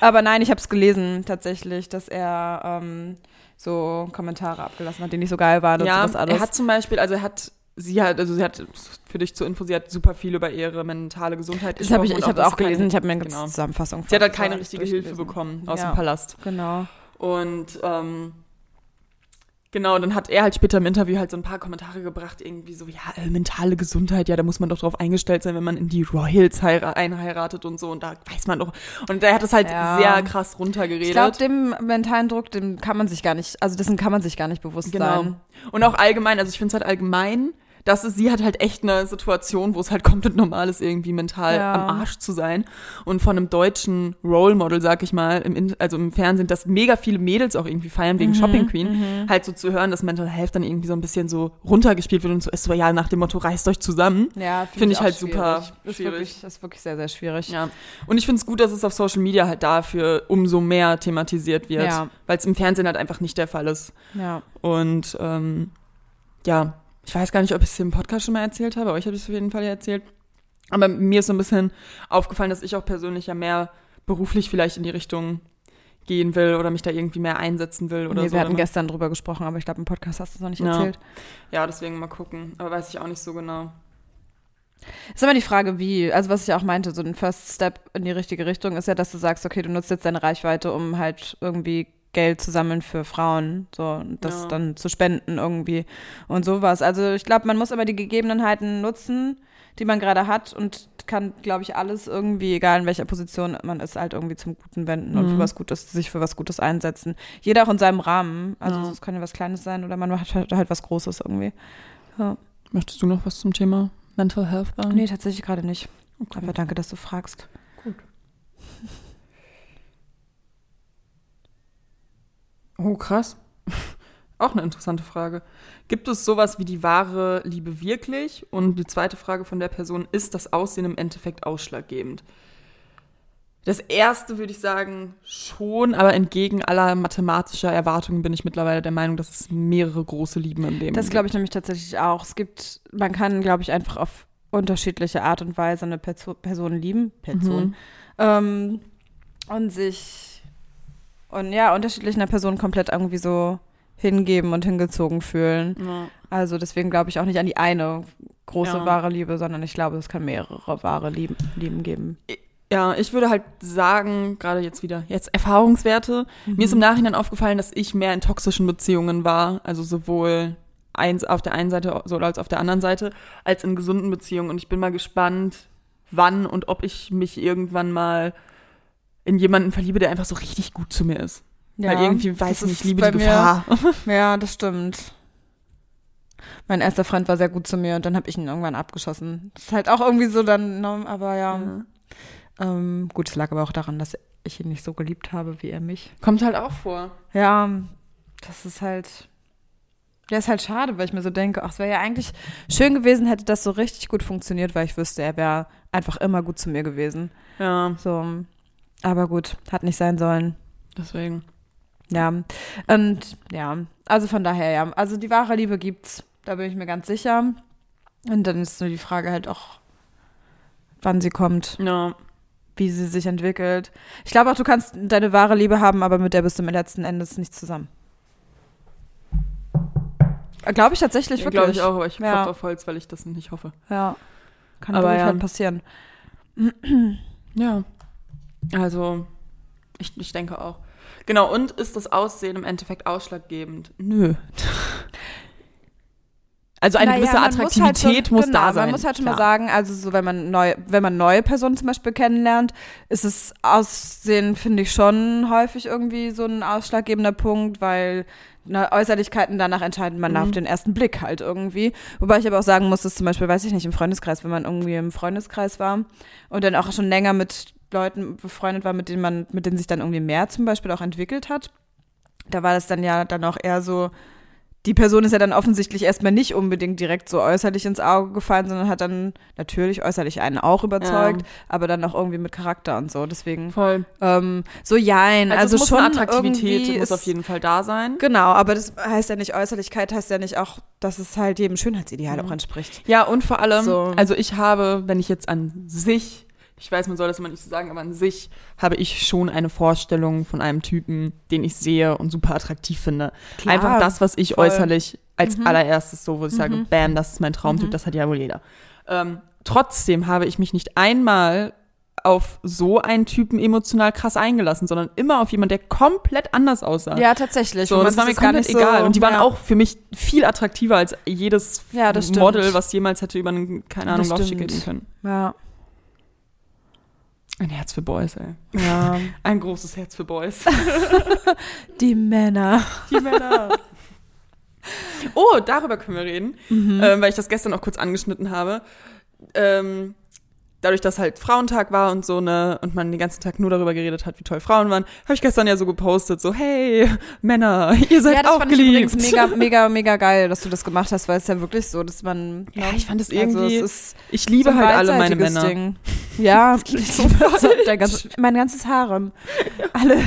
Aber nein, ich habe es gelesen tatsächlich, dass er ähm, so Kommentare abgelassen hat, die nicht so geil waren Ja, und sowas alles. er hat zum Beispiel, also er hat. Sie hat, also sie hat, für dich zur Info, sie hat super viel über ihre mentale Gesundheit das habe ich, gesprochen ich und habe dass auch sie keine- gelesen, ich habe mir eine genau. Zusammenfassung Sie hat halt von- keine alles richtige Hilfe durchgelesen. bekommen aus Ja. dem Palast. Genau. Und ähm, genau, dann hat er halt später im Interview halt so ein paar Kommentare gebracht, irgendwie so, ja, äh, mentale Gesundheit, ja, da muss man doch drauf eingestellt sein, wenn man in die Royals heira- einheiratet und so. Und da weiß man doch. Und er hat es halt Ja. sehr krass Ich glaube, runtergeredet. dem mentalen Druck, dem kann man sich gar nicht, also dessen kann man sich gar nicht bewusst genau. sein. Und auch allgemein, also ich finde es halt allgemein, dass es, sie hat halt echt eine Situation, wo es halt [LAUGHS] komplett normal ist, irgendwie mental Ja. am Arsch zu sein. Und von einem deutschen Role Model, sag ich mal, im, In- also im Fernsehen, dass mega viele Mädels auch irgendwie feiern Mhm, wegen Shopping Queen, halt so zu hören, dass Mental Health dann irgendwie so ein bisschen so runtergespielt wird und so ist so, ja, nach dem Motto, reißt euch zusammen. Ja, Finde ich auch halt super Ist schwierig. wirklich, ist wirklich sehr, sehr schwierig. Ja. Und ich finde es gut, dass es auf Social Media halt dafür umso mehr thematisiert wird, Ja. weil es im Fernsehen halt einfach nicht der Fall ist. ja. Und ähm, ja, ich weiß gar nicht, ob ich es hier im Podcast schon mal erzählt habe, euch habe ich es auf jeden Fall erzählt. Aber mir ist so ein bisschen aufgefallen, dass ich auch persönlich ja mehr beruflich vielleicht in die Richtung gehen will oder mich da irgendwie mehr einsetzen will oder nee, so. ne? wir hatten gestern drüber gesprochen, aber ich glaube, im Podcast hast du es noch nicht Ja. erzählt. ja, deswegen mal gucken. Aber weiß ich auch nicht so genau. Ist immer die Frage, wie. Also, was ich ja auch meinte, so ein First Step in die richtige Richtung ist ja, dass du sagst, okay, du nutzt jetzt deine Reichweite, um halt irgendwie Geld zu sammeln für Frauen, so, und das Ja. dann zu spenden irgendwie und sowas. Also, ich glaube, man muss immer die Gegebenheiten nutzen, die man gerade hat und kann, glaube ich, alles irgendwie, egal in welcher Position man ist, halt irgendwie zum Guten wenden und für was Gutes, sich für was Gutes einsetzen. Jeder auch in seinem Rahmen. Also, Ja. es kann ja was Kleines sein oder man macht halt, halt was Großes irgendwie. Möchtest du noch was zum Thema Mental Health sagen? Nee, tatsächlich gerade nicht. Aber danke, dass du fragst. Oh, krass. [LAUGHS] Auch eine interessante Frage. Gibt es sowas wie die wahre Liebe wirklich? Und die zweite Frage von der Person, ist das Aussehen im Endeffekt ausschlaggebend? Das erste würde ich sagen, schon, aber entgegen aller mathematischer Erwartungen bin ich mittlerweile der Meinung, dass es mehrere große Lieben im Leben Das glaube ich nämlich tatsächlich auch. Es gibt, man kann, glaube ich, einfach auf unterschiedliche Art und Weise eine Perzo Person lieben. Person. Mhm. Ähm, und sich und ja, unterschiedlich einer Person komplett irgendwie so hingeben und hingezogen fühlen. gibt. Ja. Also deswegen glaube ich auch nicht an die eine große Ja. wahre Liebe, sondern ich glaube, es kann mehrere wahre Lieben, Lieben geben. Ja, ich würde halt sagen, gerade jetzt wieder, jetzt Erfahrungswerte. Mir Mhm. ist im Nachhinein aufgefallen, dass ich mehr in toxischen Beziehungen war, also sowohl eins auf der einen Seite so als auf der anderen Seite, als in gesunden Beziehungen. Und ich bin mal gespannt, wann und ob ich mich irgendwann mal in jemanden verliebe, der einfach so richtig gut zu mir ist. Weil irgendwie weiß das ich, ich ist liebe bei die mir- Gefahr. Ja, das stimmt. Mein erster Freund war sehr gut zu mir und dann habe ich ihn irgendwann abgeschossen. Das ist halt auch irgendwie so dann, ne, aber ja. Ähm, gut, es lag aber auch daran, dass ich ihn nicht so geliebt habe wie er mich. [LAUGHS] Kommt halt auch vor. Ja, das ist halt. Ja, ist halt schade, weil ich mir so denke, ach, es wäre ja eigentlich schön gewesen, hätte das so richtig gut funktioniert, weil ich wüsste, er wäre einfach immer gut zu mir gewesen. Ja, So. Aber gut, hat nicht sein sollen. deswegen. Ja, und ja, also von daher ja. Also die wahre Liebe gibt's, da bin ich mir ganz sicher. Und dann ist nur die Frage halt auch, wann sie kommt, Ja. wie sie sich entwickelt. Ich glaube auch, du kannst deine wahre Liebe haben, aber mit der bist du im letzten Endes nicht zusammen. Glaube ich tatsächlich wirklich. Glaube ich auch, aber ich Ja. klopfe auf Holz, weil ich das nicht hoffe. Ja. Kann Aber aber wirklich ja. halt passieren. Ja. Also, ich, ich denke auch. Genau, und ist das Aussehen im Endeffekt ausschlaggebend? Nö. [LAUGHS] Also eine Naja, gewisse man muss halt Attraktivität muss, schon, genau, da sein. Man muss halt schon mal klar. sagen, also so, wenn man neu, wenn man neue Personen zum Beispiel kennenlernt, ist es Aussehen, finde ich, schon häufig irgendwie so ein ausschlaggebender Punkt, weil na, Äußerlichkeiten danach entscheidet man Mhm. auf den ersten Blick halt irgendwie. Wobei ich aber auch sagen muss, dass zum Beispiel, weiß ich nicht, im Freundeskreis, wenn man irgendwie im Freundeskreis war und dann auch schon länger mit Leuten befreundet war, mit denen man, mit denen sich dann irgendwie mehr zum Beispiel auch entwickelt hat, da war das dann ja dann auch eher so, die Person ist ja dann offensichtlich erstmal nicht unbedingt direkt so äußerlich ins Auge gefallen, sondern hat dann natürlich äußerlich einen auch überzeugt, Ja. aber dann auch irgendwie mit Charakter und so. Deswegen, Voll. ähm, so jein. Also, Also, es muss schon eine Attraktivität irgendwie muss ist, auf jeden Fall da sein. Genau, aber das heißt ja nicht, Äußerlichkeit heißt ja nicht auch, dass es halt jedem Mhm. Schönheitsideal auch entspricht. Ja, und vor allem, So. also ich habe, wenn ich jetzt an sich, ich weiß, man soll das immer nicht so sagen, aber an sich habe ich schon eine Vorstellung von einem Typen, den ich sehe und super attraktiv finde. Klar, Einfach das, was ich voll. Mhm. äußerlich als allererstes so, wo ich sage, bam, das ist mein Traumtyp, das hat ja wohl jeder. Ähm, trotzdem habe ich mich nicht einmal auf so einen Typen emotional krass eingelassen, sondern immer auf jemanden, der komplett anders aussah. Ja, tatsächlich. So, Und das war mir komplett egal. Und die waren auch für mich viel attraktiver als jedes Ja, das stimmt. Model, was jemals hätte über einen, keine Ahnung, Das Laufsteg stimmt. gehen können. Ja, Ein Herz für Boys, ey. [LAUGHS] ja. Ein großes Herz [LAUGHS] für Boys. Die Männer. Die Männer. Oh, darüber können wir reden, Mhm. ähm, weil ich das gestern auch kurz angeschnitten habe. Ähm, dadurch, dass halt Frauentag war und so, ne, und man den ganzen Tag nur darüber geredet hat, wie toll Frauen waren, habe ich gestern ja so gepostet, so, hey, Männer, [LAUGHS] ihr seid ja, das auch fand geliebt. ich [LAUGHS] übrigens mega, mega, mega geil, dass du das gemacht hast, weil es ja wirklich so, dass man. ja, ne? ich fand es Also, irgendwie, es ist ich liebe so ein halt alle meine beidseitiges Männer. Ding. Ja, [LAUGHS] [LAUGHS] so falsch. der ganze, mein ganzes Harem. Alle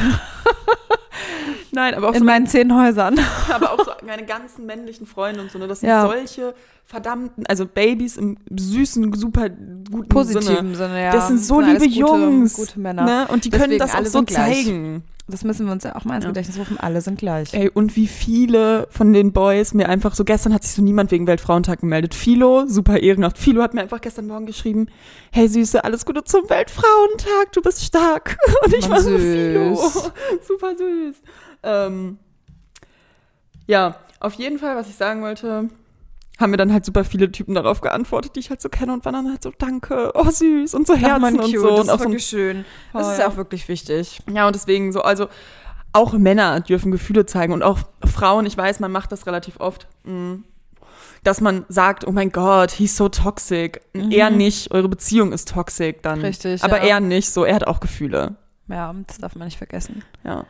Nein, aber auch, in so, meinen zehn [LAUGHS] Häusern. [LAUGHS] aber auch so meine ganzen männlichen Freunde und so, ne, das sind Ja. solche verdammten, also Babys im süßen, super guten Sinne. Positiven Sinne, ja. das sind so alles liebe Jungs. Gute Männer. Ne? Und die können Deswegen, das auch alle so sind gleich. zeigen. Das müssen wir uns ja auch mal ins Ja. Gedächtnis rufen. Alle sind gleich. Ey, und wie viele von den Boys mir einfach so, gestern hat sich so niemand wegen Weltfrauentag gemeldet. Philo, super ehrenhaft. Philo hat mir einfach gestern Morgen geschrieben, hey Süße, alles Gute zum Weltfrauentag, du bist stark. [LAUGHS] Und ich Mann, war so, süß. Philo, [LAUGHS] super süß. Ähm, ja, auf jeden Fall, was ich sagen wollte, haben mir dann halt super viele Typen darauf geantwortet, die ich halt so kenne und waren dann halt so, danke, oh süß und so Ach, Herzen Mann, und cute, so. Das und ist auch so ein wirklich schön. Das ist ja auch wirklich wichtig. ja, und deswegen so, also auch Männer dürfen Gefühle zeigen und auch Frauen, ich weiß, man macht das relativ oft, mm, dass man sagt, oh mein Gott, he's so toxic. Er nicht, eure Beziehung ist toxic dann. Mhm. Richtig, Aber ja. er nicht, so, er hat auch Gefühle. Ja, das darf man nicht vergessen. Ja.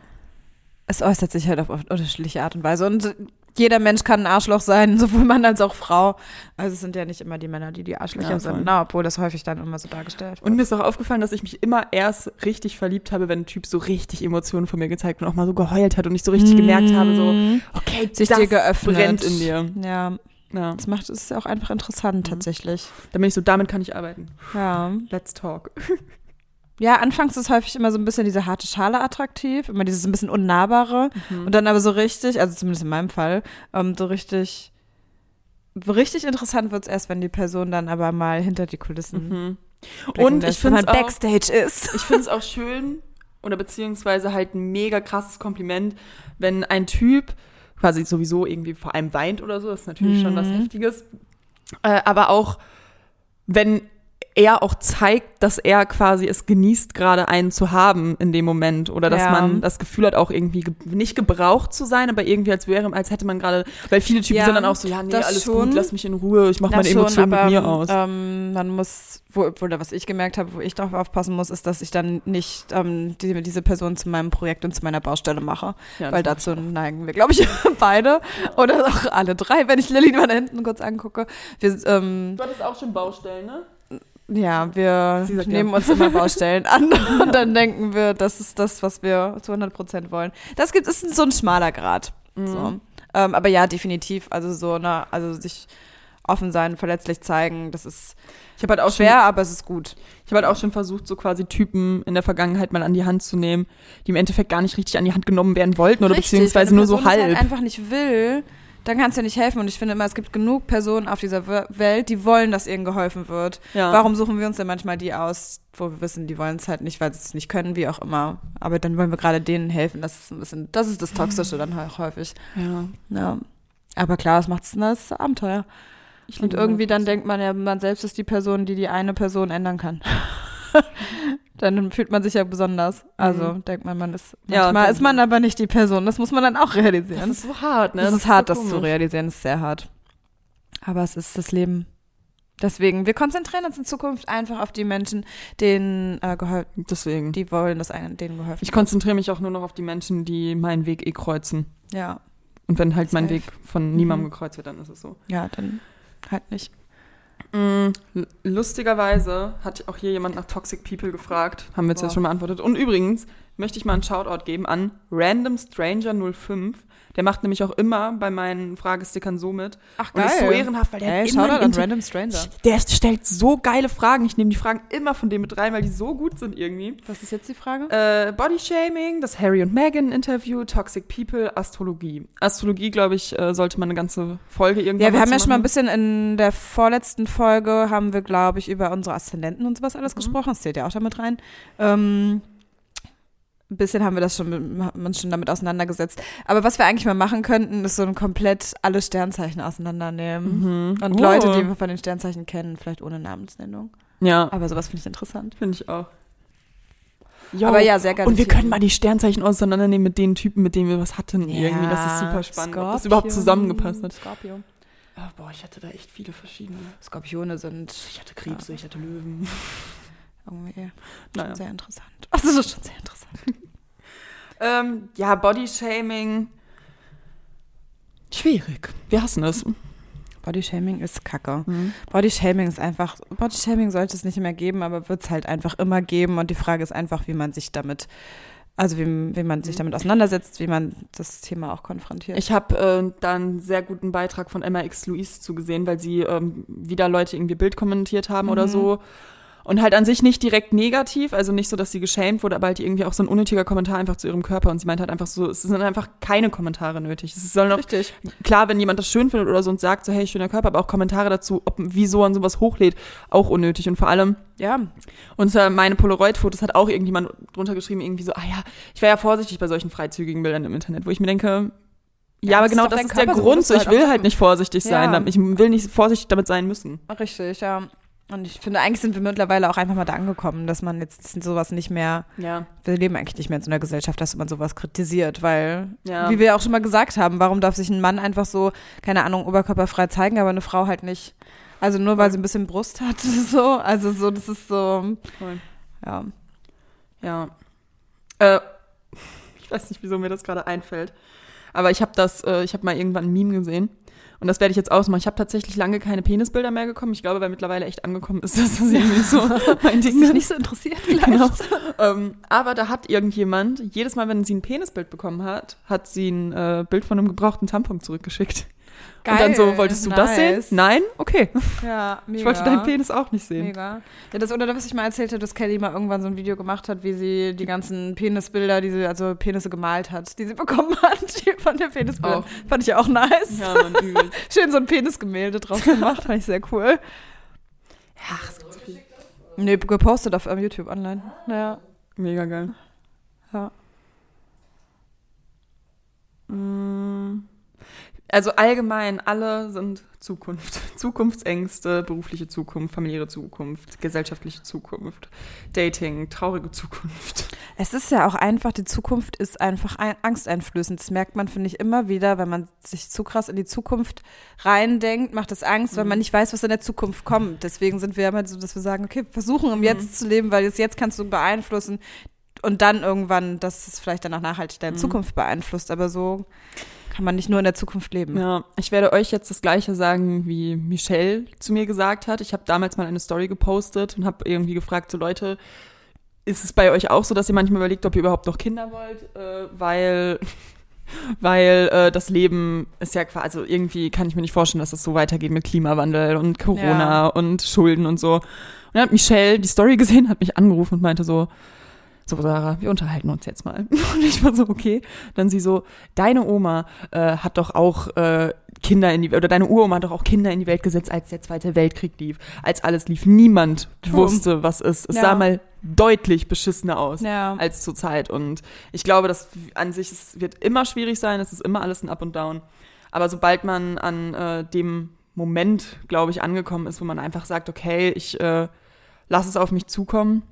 Es äußert sich halt auf unterschiedliche Art und Weise. Und jeder Mensch kann ein Arschloch sein, [LAUGHS] sowohl Mann als auch Frau. Also es sind ja nicht immer die Männer, die die Arschlöcher Ja, voll. sind. Na, obwohl das häufig dann immer so dargestellt wird. Und mir ist auch aufgefallen, dass ich mich immer erst richtig verliebt habe, wenn ein Typ so richtig Emotionen von mir gezeigt und auch mal so geheult hat und ich so richtig gemerkt habe, so, okay, Mhm. Mm, sich das dir geöffnet. brennt in dir. Ja, Mhm. Ja. das macht es ja auch einfach interessant tatsächlich. Da bin ich so, damit kann ich arbeiten. Ja. Let's talk. Ja, anfangs ist häufig immer so ein bisschen diese harte Schale attraktiv, immer dieses ein bisschen unnahbare und dann aber so richtig, also zumindest in meinem Fall, ähm, so richtig, richtig interessant wird's erst, wenn die Person dann aber mal hinter die Kulissen blicken Und lässt, ich wenn find's man auch- Backstage ist. ich finde es [LAUGHS] auch schön oder beziehungsweise halt ein mega krasses Kompliment, wenn ein Typ quasi sowieso irgendwie vor allem weint oder so, das ist natürlich schon was Mhm. Heftiges, äh, aber auch wenn er auch zeigt, dass er quasi es genießt, gerade einen zu haben in dem Moment oder dass Ja. man das Gefühl hat, auch irgendwie ge nicht gebraucht zu sein, aber irgendwie als wäre, als hätte man gerade, weil viele Typen Ja, sind dann auch so, ja, nee, das alles schon. gut, lass mich in Ruhe, ich mache meine Das schon, Emotionen mit aber, mir aus. Ähm, man muss, wo, oder was ich gemerkt habe, wo ich darauf aufpassen muss, ist, dass ich dann nicht ähm, die, diese Person zu meinem Projekt und zu meiner Baustelle mache. Ja, das weil dazu neigen wir, glaube ich, [LAUGHS] beide. Oder auch alle drei, wenn ich Lilly mal da hinten kurz angucke. Wir, ähm, du hattest auch schon Baustellen, ne? ja, wir Sie sagt ja. nehmen uns immer Baustellen [LAUGHS] an und dann denken wir, das ist das, was wir zu 100 Prozent wollen. Das gibt ist so ein schmaler Grad. So. Mhm. Ähm, aber ja, definitiv. Also so, na, also sich offen sein, verletzlich zeigen, das ist Ich habe halt auch schwer, aber es ist gut. Ich habe halt auch schon versucht, so quasi Typen in der Vergangenheit mal an die Hand zu nehmen, die im Endeffekt gar nicht richtig an die Hand genommen werden wollten oder Richtig, beziehungsweise wenn nur eine so Person es halb. Halt einfach nicht will, dann kannst du nicht helfen. Und ich finde immer, es gibt genug Personen auf dieser We- Welt, die wollen, dass ihnen geholfen wird. Ja. Warum suchen wir uns denn manchmal die aus, wo wir wissen, die wollen es halt nicht, weil sie es nicht können, wie auch immer. Aber dann wollen wir gerade denen helfen. Das ist ein bisschen, das ist das Toxische dann halt häufig. ja. Ja. Aber klar, das macht das Abenteuer. Und irgendwie dann denkt man ja, man selbst ist die Person, die die eine Person ändern [LAUGHS] kann. dann fühlt man sich ja besonders. Also denkt man, man ist Mhm. Ja, und manchmal dann- ist man aber nicht die Person. Das muss man dann auch realisieren. Das ist so hart, ne? Es ist hart, so das zu komisch. realisieren, ist sehr hart. Aber es ist das Leben. Deswegen, wir konzentrieren uns in Zukunft einfach auf die Menschen, denen äh, geholfen, Deswegen. die wollen, dass einem, denen geholfen Mhm. Ich konzentriere mich auch nur noch auf die Menschen, die meinen Weg eh kreuzen. wird. Ja, Und wenn halt mein Safe. Weg von niemandem gekreuzt wird, dann ist es so. ja, dann halt nicht. Mm, l- Lustigerweise hat auch hier jemand nach Toxic People gefragt. Haben wir jetzt ja Boah. schon beantwortet. Und übrigens möchte ich mal einen Shoutout geben an Random Stranger 05. Der macht nämlich auch immer bei meinen Fragestickern so mit. Ach, Und ist so ehrenhaft, weil der Ey, hat immer Shoutout die an Inter- Random Stranger. Der stellt so geile Fragen. Ich nehme die Fragen immer von dem mit rein, weil die so gut sind irgendwie. Was ist jetzt die Frage? Äh, Body Shaming, das Harry und Meghan Interview, Toxic People, Astrologie. Astrologie, glaube ich, äh, sollte man eine ganze Folge irgendwann Ja, wir haben ja dazu schon mal ein machen. bisschen in der vorletzten Folge, haben wir, glaube ich, über unsere Aszendenten und sowas Mhm. alles gesprochen. Das zählt ja auch damit rein. Ähm, ein bisschen haben wir das schon, mit- haben uns schon damit auseinandergesetzt. Aber was wir eigentlich mal machen könnten, ist so ein komplett alle Sternzeichen auseinandernehmen. Und Oh. Leute, die wir von den Sternzeichen kennen, vielleicht ohne Namensnennung. Ja, Aber sowas finde ich interessant. finde ich auch. Aber ja, sehr geile Und wir Themen. können mal die Sternzeichen auseinandernehmen mit den Typen, mit denen wir was hatten. Irgendwie, das ist Ja, super spannend, ob das Skorpion, überhaupt zusammengepasst hat. Skorpion. Ah, boah, ich hatte da echt viele verschiedene. Skorpione sind Ich hatte Krebse, ich hatte Löwen. [LAUGHS] irgendwie Naja. schon sehr interessant. Also, das ist schon sehr interessant. Ähm, ja, Body Shaming. Schwierig. Mhm. Wir hassen es. Bodyshaming ist Kacke. Bodyshaming ist einfach, Bodyshaming sollte es nicht mehr geben, aber wird es halt einfach immer geben. Und die Frage ist einfach, wie man sich damit, also wie, wie man sich damit auseinandersetzt, wie man das Thema auch konfrontiert. Ich habe äh, da einen sehr guten Beitrag von Emma X. Louise zugesehen, weil sie ähm, wieder Leute irgendwie Bild kommentiert haben oder so. Und halt an sich nicht direkt negativ, also nicht so, dass sie geschämt wurde, aber halt irgendwie auch so ein unnötiger Kommentar einfach zu ihrem Körper. Und sie meint halt einfach so, es sind einfach keine Kommentare nötig. Es sollen auch, Richtig. klar, wenn jemand das schön findet oder so und sagt so, hey, schöner Körper, aber auch Kommentare dazu, ob, wieso man sowas hochlädt, auch unnötig. Und vor allem, Ja. unter meine Polaroid-Fotos hat auch irgendjemand drunter geschrieben, irgendwie so, ah ja, ich wäre ja vorsichtig bei solchen freizügigen Bildern im Internet, wo ich mir denke, ja, Ja, aber das ist genau doch das dein ist der Körper, so Grund, musst so du ich halt will auch halt nicht vorsichtig sein, Ja. damit- ich will nicht vorsichtig damit sein müssen. Richtig, ja. Und ich finde, eigentlich sind wir mittlerweile auch einfach mal da angekommen, dass man jetzt sowas nicht mehr, Ja. wir leben eigentlich nicht mehr in so einer Gesellschaft, dass man sowas kritisiert, weil, Ja. wie wir auch schon mal gesagt haben, warum darf sich ein Mann einfach so, keine Ahnung, oberkörperfrei zeigen, aber eine Frau halt nicht. Also nur weil sie ein bisschen Brust hat, [LAUGHS] so. Also so, das ist so, Voll. ja. Ja. Äh, ich weiß nicht, wieso mir das gerade einfällt. Aber ich habe das, äh, ich habe mal irgendwann ein Meme gesehen. Und das werde ich jetzt ausmachen. Ich habe tatsächlich lange keine Penisbilder mehr gekommen. Ich glaube, weil mittlerweile echt angekommen ist, [LAUGHS] dass das [LAUGHS] irgendwie so mein Ding ist. so [LAUGHS] interessiert vielleicht. Genau. ähm, aber da hat irgendjemand, jedes Mal, wenn sie ein Penisbild bekommen hat, hat sie ein äh, Bild von einem gebrauchten Tampon zurückgeschickt. Geil, Und dann so, wolltest du das sehen? nice. Nein? Okay. [LAUGHS] Ja, mega. Ich wollte deinen Penis auch nicht sehen. Mega. Ja, das, oder was ich mal erzählt habe, dass Kelly mal irgendwann so ein Video gemacht hat, wie sie die ganzen Penisbilder, die sie, also Penisse gemalt hat, die sie [LAUGHS] bekommen hat, die von der Penisbilder. Auch. Fand ich auch nice. Ja, man übel. [LAUGHS] Schön so ein Penisgemälde drauf gemacht, fand ich sehr cool. Ach, es gibt so viel. Nee, gepostet auf ähm, YouTube online. Ja. Mega geil. Ja. Mm. Also allgemein, alle sind Zukunft. [LAUGHS] Zukunftsängste, berufliche Zukunft, familiäre Zukunft, gesellschaftliche Zukunft, Dating, traurige Zukunft. Es ist ja auch einfach, die Zukunft ist einfach ein, angsteinflößend. Das merkt man, finde ich, immer wieder, wenn man sich zu krass in die Zukunft reindenkt, macht es Angst, weil man nicht weiß, was in der Zukunft kommt. Deswegen sind wir immer so, dass wir sagen, okay, versuchen im Jetzt zu leben, weil das Jetzt kannst du beeinflussen und dann irgendwann, dass es vielleicht danach nachhaltig deine Zukunft beeinflusst. Aber so kann man nicht nur in der Zukunft leben. Ja, ich werde euch jetzt das Gleiche sagen, wie Michelle zu mir gesagt hat. Ich habe damals mal eine Story gepostet und habe irgendwie gefragt, so Leute, ist es bei euch auch so, dass ihr manchmal überlegt, ob ihr überhaupt noch Kinder wollt? Äh, weil [LAUGHS] weil äh, das Leben ist ja quasi, also irgendwie kann ich mir nicht vorstellen, dass das so weitergeht mit Klimawandel und Corona Ja. und Schulden und so. Und dann hat Michelle die Story gesehen, hat mich angerufen und meinte so, so Sarah, wir unterhalten uns jetzt mal. Und ich war so, okay. Dann sie so, deine Oma äh, hat doch auch äh, Kinder in die, oder deine Uroma hat doch auch Kinder in die Welt gesetzt, als der Zweite Weltkrieg lief. Als alles lief, niemand True. wusste, was ist. Es Ja. sah mal deutlich beschissener aus Ja. als zurzeit. Und ich glaube, dass an sich es wird immer schwierig sein. Es ist immer alles ein Up und Down. Aber sobald man an äh, dem Moment, glaube ich, angekommen ist, wo man einfach sagt, okay, ich äh, lass es auf mich zukommen.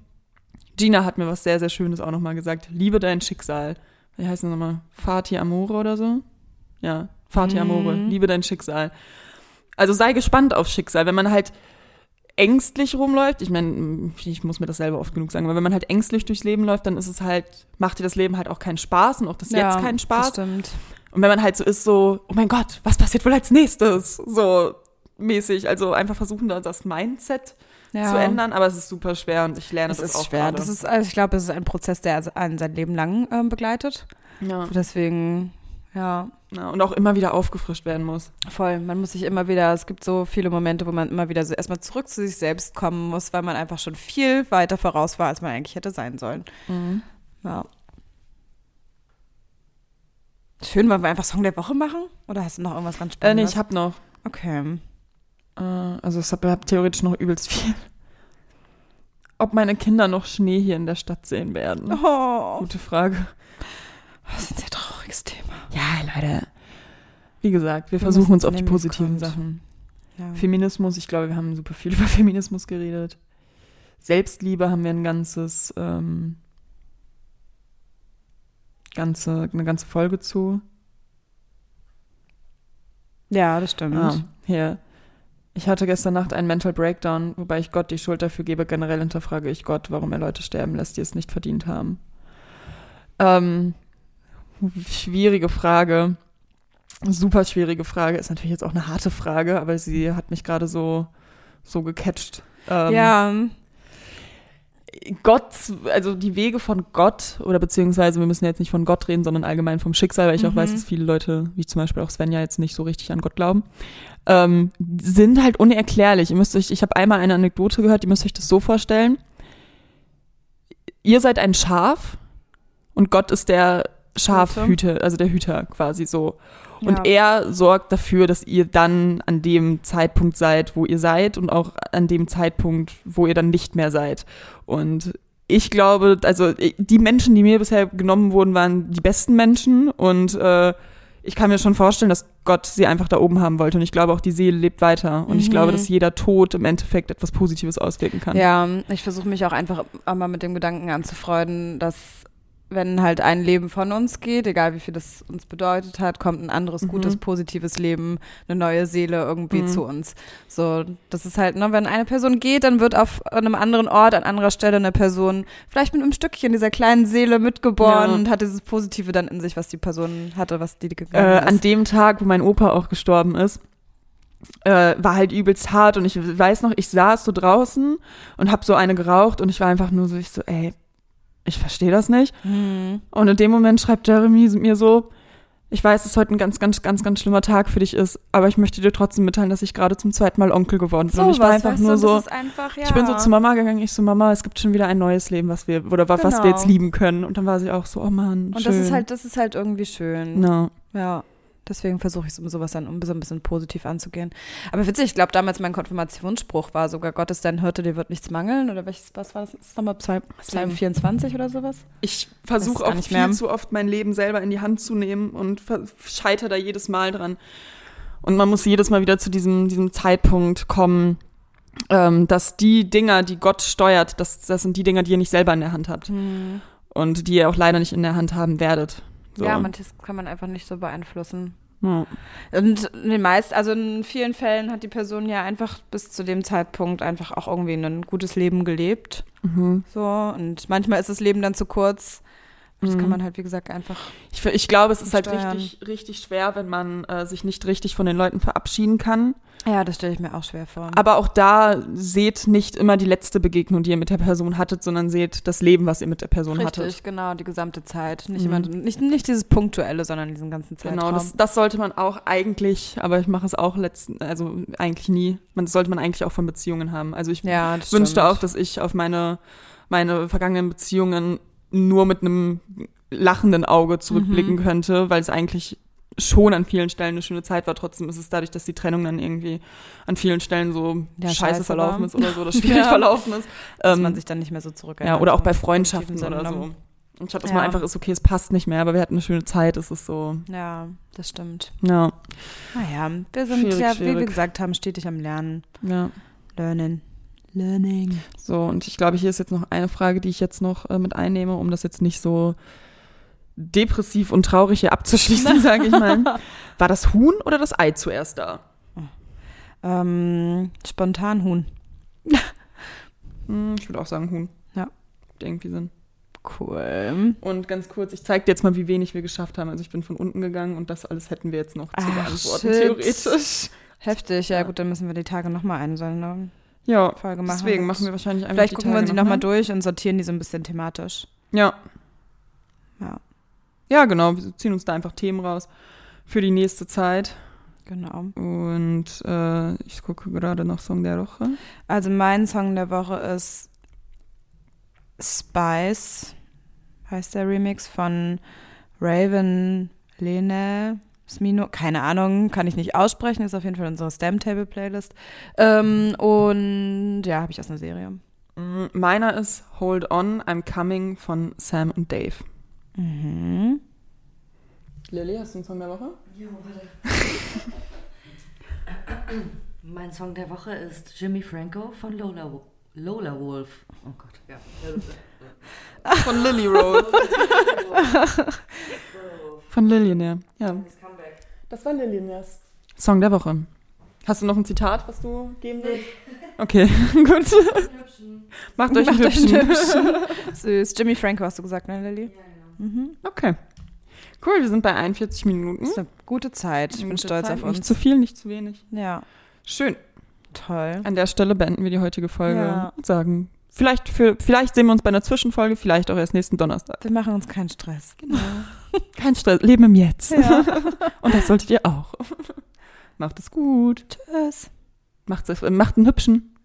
Gina hat mir was sehr, sehr Schönes auch nochmal gesagt. Liebe dein Schicksal. Wie heißt das nochmal? Fati Amore oder so? Ja, Fati Amore. Mhm. Liebe dein Schicksal. Also sei gespannt auf Schicksal. Wenn man halt ängstlich rumläuft, ich meine, ich muss mir das selber oft genug sagen, aber wenn man halt ängstlich durchs Leben läuft, dann ist es halt, macht dir das Leben halt auch keinen Spaß und auch das Ja, Jetzt keinen Spaß. Das stimmt. Und wenn man halt so ist, so, oh mein Gott, was passiert wohl als nächstes? So mäßig. Also einfach versuchen, da das Mindset Ja. zu ändern, aber es ist super schwer und ich lerne Das, das ist auch schwer. gerade. Das ist, also ich glaube, es ist ein Prozess, der einen sein Leben lang ähm, begleitet. ja. Deswegen, ja, Ja, und auch immer wieder aufgefrischt werden muss. voll. Man muss sich immer wieder, es gibt so viele Momente, wo man immer wieder so erstmal zurück zu sich selbst kommen muss, weil man einfach schon viel weiter voraus war, als man eigentlich hätte sein sollen. Mhm. Ja. Schön, wollen wir einfach Song der Woche machen? Oder hast du noch irgendwas ganz Äh, nee, Spannendes? ich hab noch. Okay. Äh, also ich habe hab theoretisch noch übelst viel. Ob meine Kinder noch Schnee hier in der Stadt sehen werden? Oh, Gute Frage. das ist ein sehr trauriges Thema. Ja, Leute. Wie gesagt, wir Wir versuchen müssen uns auf die nehmen, wie es positiven kommt. Sachen. Ja. Feminismus, ich glaube, wir haben super viel [LAUGHS] über Feminismus geredet. Selbstliebe haben wir ein ganzes, ähm, ganze, eine ganze Folge zu. ja, das stimmt. Ah, hier. Ich hatte gestern Nacht einen Mental Breakdown, wobei ich Gott die Schuld dafür gebe. Generell hinterfrage ich Gott, warum er Leute sterben lässt, die es nicht verdient haben. Ähm, schwierige Frage. Super schwierige Frage. Ist natürlich jetzt auch eine harte Frage, aber sie hat mich gerade so, so gecatcht. Ähm, ja, Gott, also die Wege von Gott, oder beziehungsweise wir müssen jetzt nicht von Gott reden, sondern allgemein vom Schicksal, weil ich auch Mhm. weiß, dass viele Leute, wie zum Beispiel auch Svenja, jetzt nicht so richtig an Gott glauben, ähm, sind halt unerklärlich. Ihr müsst euch, ich habe einmal eine Anekdote gehört, ihr müsst euch das so vorstellen. Ihr seid ein Schaf und Gott ist der Schafhüter, also der Hüter quasi so. Und ja. er sorgt dafür, dass ihr dann an dem Zeitpunkt seid, wo ihr seid und auch an dem Zeitpunkt, wo ihr dann nicht mehr seid. Und ich glaube, also i- die Menschen, die mir bisher genommen wurden, waren die besten Menschen und äh, ich kann mir schon vorstellen, dass Gott sie einfach da oben haben wollte. Und ich glaube auch, die Seele lebt weiter. Und ich Mhm. glaube, dass jeder Tod im Endeffekt etwas Positives auswirken kann. Ja, ich versuche mich auch einfach mal mit dem Gedanken anzufreunden, dass wenn halt ein Leben von uns geht, egal wie viel das uns bedeutet hat, kommt ein anderes Mhm. gutes, positives Leben, eine neue Seele irgendwie zu uns. So, das ist halt, ne, wenn eine Person geht, dann wird auf einem anderen Ort, an anderer Stelle eine Person vielleicht mit einem Stückchen dieser kleinen Seele mitgeboren Ja. und hat dieses Positive dann in sich, was die Person hatte, was die äh, gegangen an ist. dem Tag, wo mein Opa auch gestorben ist, äh, war halt übelst hart und ich weiß noch, ich saß so draußen und hab so eine geraucht und ich war einfach nur so, ich so, ey, ich verstehe das nicht. Hm. Und in dem Moment schreibt Jeremy mir so, ich weiß, dass heute ein ganz, ganz, ganz, ganz schlimmer Tag für dich ist, aber ich möchte dir trotzdem mitteilen, dass ich gerade zum zweiten Mal Onkel geworden bin. und ich war was, einfach weißt nur du, so, das ist einfach, ja. ich bin so zu Mama gegangen, ich so, Mama, es gibt schon wieder ein neues Leben, was wir, oder wa- was wir Genau. jetzt lieben können. Und dann war sie auch so, oh Mann, Und schön. das ist halt, das ist halt irgendwie schön. no. Ja, deswegen versuche ich es um sowas dann um so ein bisschen positiv anzugehen. Aber witzig, ich glaube, damals mein Konfirmationsspruch war sogar, Gott ist dein Hirte, dir wird nichts mangeln. Oder welches, was war das? Ist das nochmal Psalm, Psalm 24 oder sowas? Ich Weiß versuche gar auch nicht viel mehr. zu oft mein Leben selber in die Hand zu nehmen und ver- scheitere da jedes Mal dran. Und man muss jedes Mal wieder zu diesem, diesem Zeitpunkt kommen, ähm, dass die Dinger, die Gott steuert, das, das sind die Dinger, die ihr nicht selber in der Hand Mhm. habt. Und die ihr auch leider nicht in der Hand haben werdet. So. Hm. Ja, manches kann man einfach nicht so beeinflussen. Ja. Und in den meisten, also in vielen Fällen hat die Person ja einfach bis zu dem Zeitpunkt einfach auch irgendwie ein gutes Leben gelebt. Mhm. So, und manchmal ist das Leben dann zu kurz. Das kann man halt, wie gesagt, einfach. Ich, f- ich glaube, es ist halt Steuern. richtig, richtig schwer, wenn man äh, sich nicht richtig von den Leuten verabschieden Mhm. kann. Ja, das stelle ich mir auch schwer vor. Aber auch da seht nicht immer die letzte Begegnung, die ihr mit der Person hattet, sondern seht das Leben, was ihr mit der Person Richtig, hattet. genau, die gesamte Zeit. Nicht, immer, nicht, nicht dieses Punktuelle, sondern diesen ganzen Zeitraum. Mhm. Genau, das, das sollte man auch eigentlich, aber ich mache es auch letzten, also eigentlich nie. Man das sollte man eigentlich auch von Beziehungen haben. Also ich ja, das wünschte stimmt. auch, dass ich auf meine, meine vergangenen Beziehungen nur mit einem lachenden Auge zurückblicken Mhm. könnte, weil es eigentlich schon an vielen Stellen eine schöne Zeit war. Trotzdem ist es dadurch, dass die Trennung dann irgendwie an vielen Stellen so Ja, scheiße, scheiße verlaufen war. [LAUGHS] ist oder so, oder schwierig Ja. verlaufen ist. dass Ähm, man sich dann nicht mehr so zurückerinnert. ja, oder auch bei Im positiven Freundschaften Sinne ne? oder so. genommen. Und ich habe das Ja. mal einfach, ist okay, es passt nicht mehr, aber wir hatten eine schöne Zeit, es ist so, Ja, das stimmt. ja, Naja, wir sind Schwierig, ja, wie wir schwierig. gesagt haben, stetig am Lernen. ja. Learning. Learning. So, und ich glaube, hier ist jetzt noch eine Frage, die ich jetzt noch äh, mit einnehme, um das jetzt nicht so depressiv und traurig hier [LAUGHS] abzuschließen, sage ich mal. War das Huhn oder das Ei zuerst da? Ähm, spontan Huhn. Hm, ich würde auch sagen Huhn. Ja. Hat irgendwie Sinn. Cool. Und ganz kurz, ich zeige dir jetzt mal, wie wenig wir geschafft haben. Also ich bin von unten gegangen und das alles hätten wir jetzt noch zu Ach, beantworten, shit. theoretisch. Heftig, ja, Ja. gut, dann müssen wir die Tage nochmal eine so eine Ja, Folge machen. deswegen machen wir wahrscheinlich einfach ne? Vielleicht die gucken Tage wir sie nochmal ne? durch und sortieren die so ein bisschen thematisch. Ja. Ja. Ja, genau. Wir ziehen uns da einfach Themen raus für die nächste Zeit. Genau. Und äh, ich gucke gerade noch Song der Woche. Also mein Song der Woche ist Spice, heißt der Remix von Raven Lene Smino, keine Ahnung, kann ich nicht aussprechen, ist auf jeden Fall unsere Stamtable-Playlist. Ähm, und ja, habe ich aus einer Serie. Mm, Meiner ist Hold On, I'm Coming von Sam und Dave. Mhm. Lilly, hast du einen Song der Woche? Jo, warte. [LAUGHS] mein Song der Woche ist Jimmy Franco von Lola, Wo- Lola Wolf. Oh Gott, ja. Von Lily Roll. [LAUGHS] Von Lillionaire. Ja. Das war ne. Lillionaires. Song der Woche. Hast du noch ein Zitat, was du geben willst? Okay, [LAUGHS] gut. Macht euch einen Macht euch hübschen. einen hübschen. [LAUGHS] Süß. Jimmy Franco hast du gesagt, ne, Lilly? Mhm. Okay. Cool, wir sind bei 41 Minuten. Ist eine gute Zeit. Ich bin Gute stolz Zeit. auf Nicht uns. zu viel, nicht zu wenig. Ja, Schön. toll. An der Stelle beenden wir die heutige Folge Ja. und sagen, vielleicht, für, vielleicht sehen wir uns bei einer Zwischenfolge, vielleicht auch erst nächsten Donnerstag. Wir machen uns keinen Stress. Genau. Kein Stress, leben im Jetzt. Ja. [LAUGHS] Und [LAUGHS] das solltet ihr auch. Macht es gut. Tschüss. Macht, es, macht einen hübschen.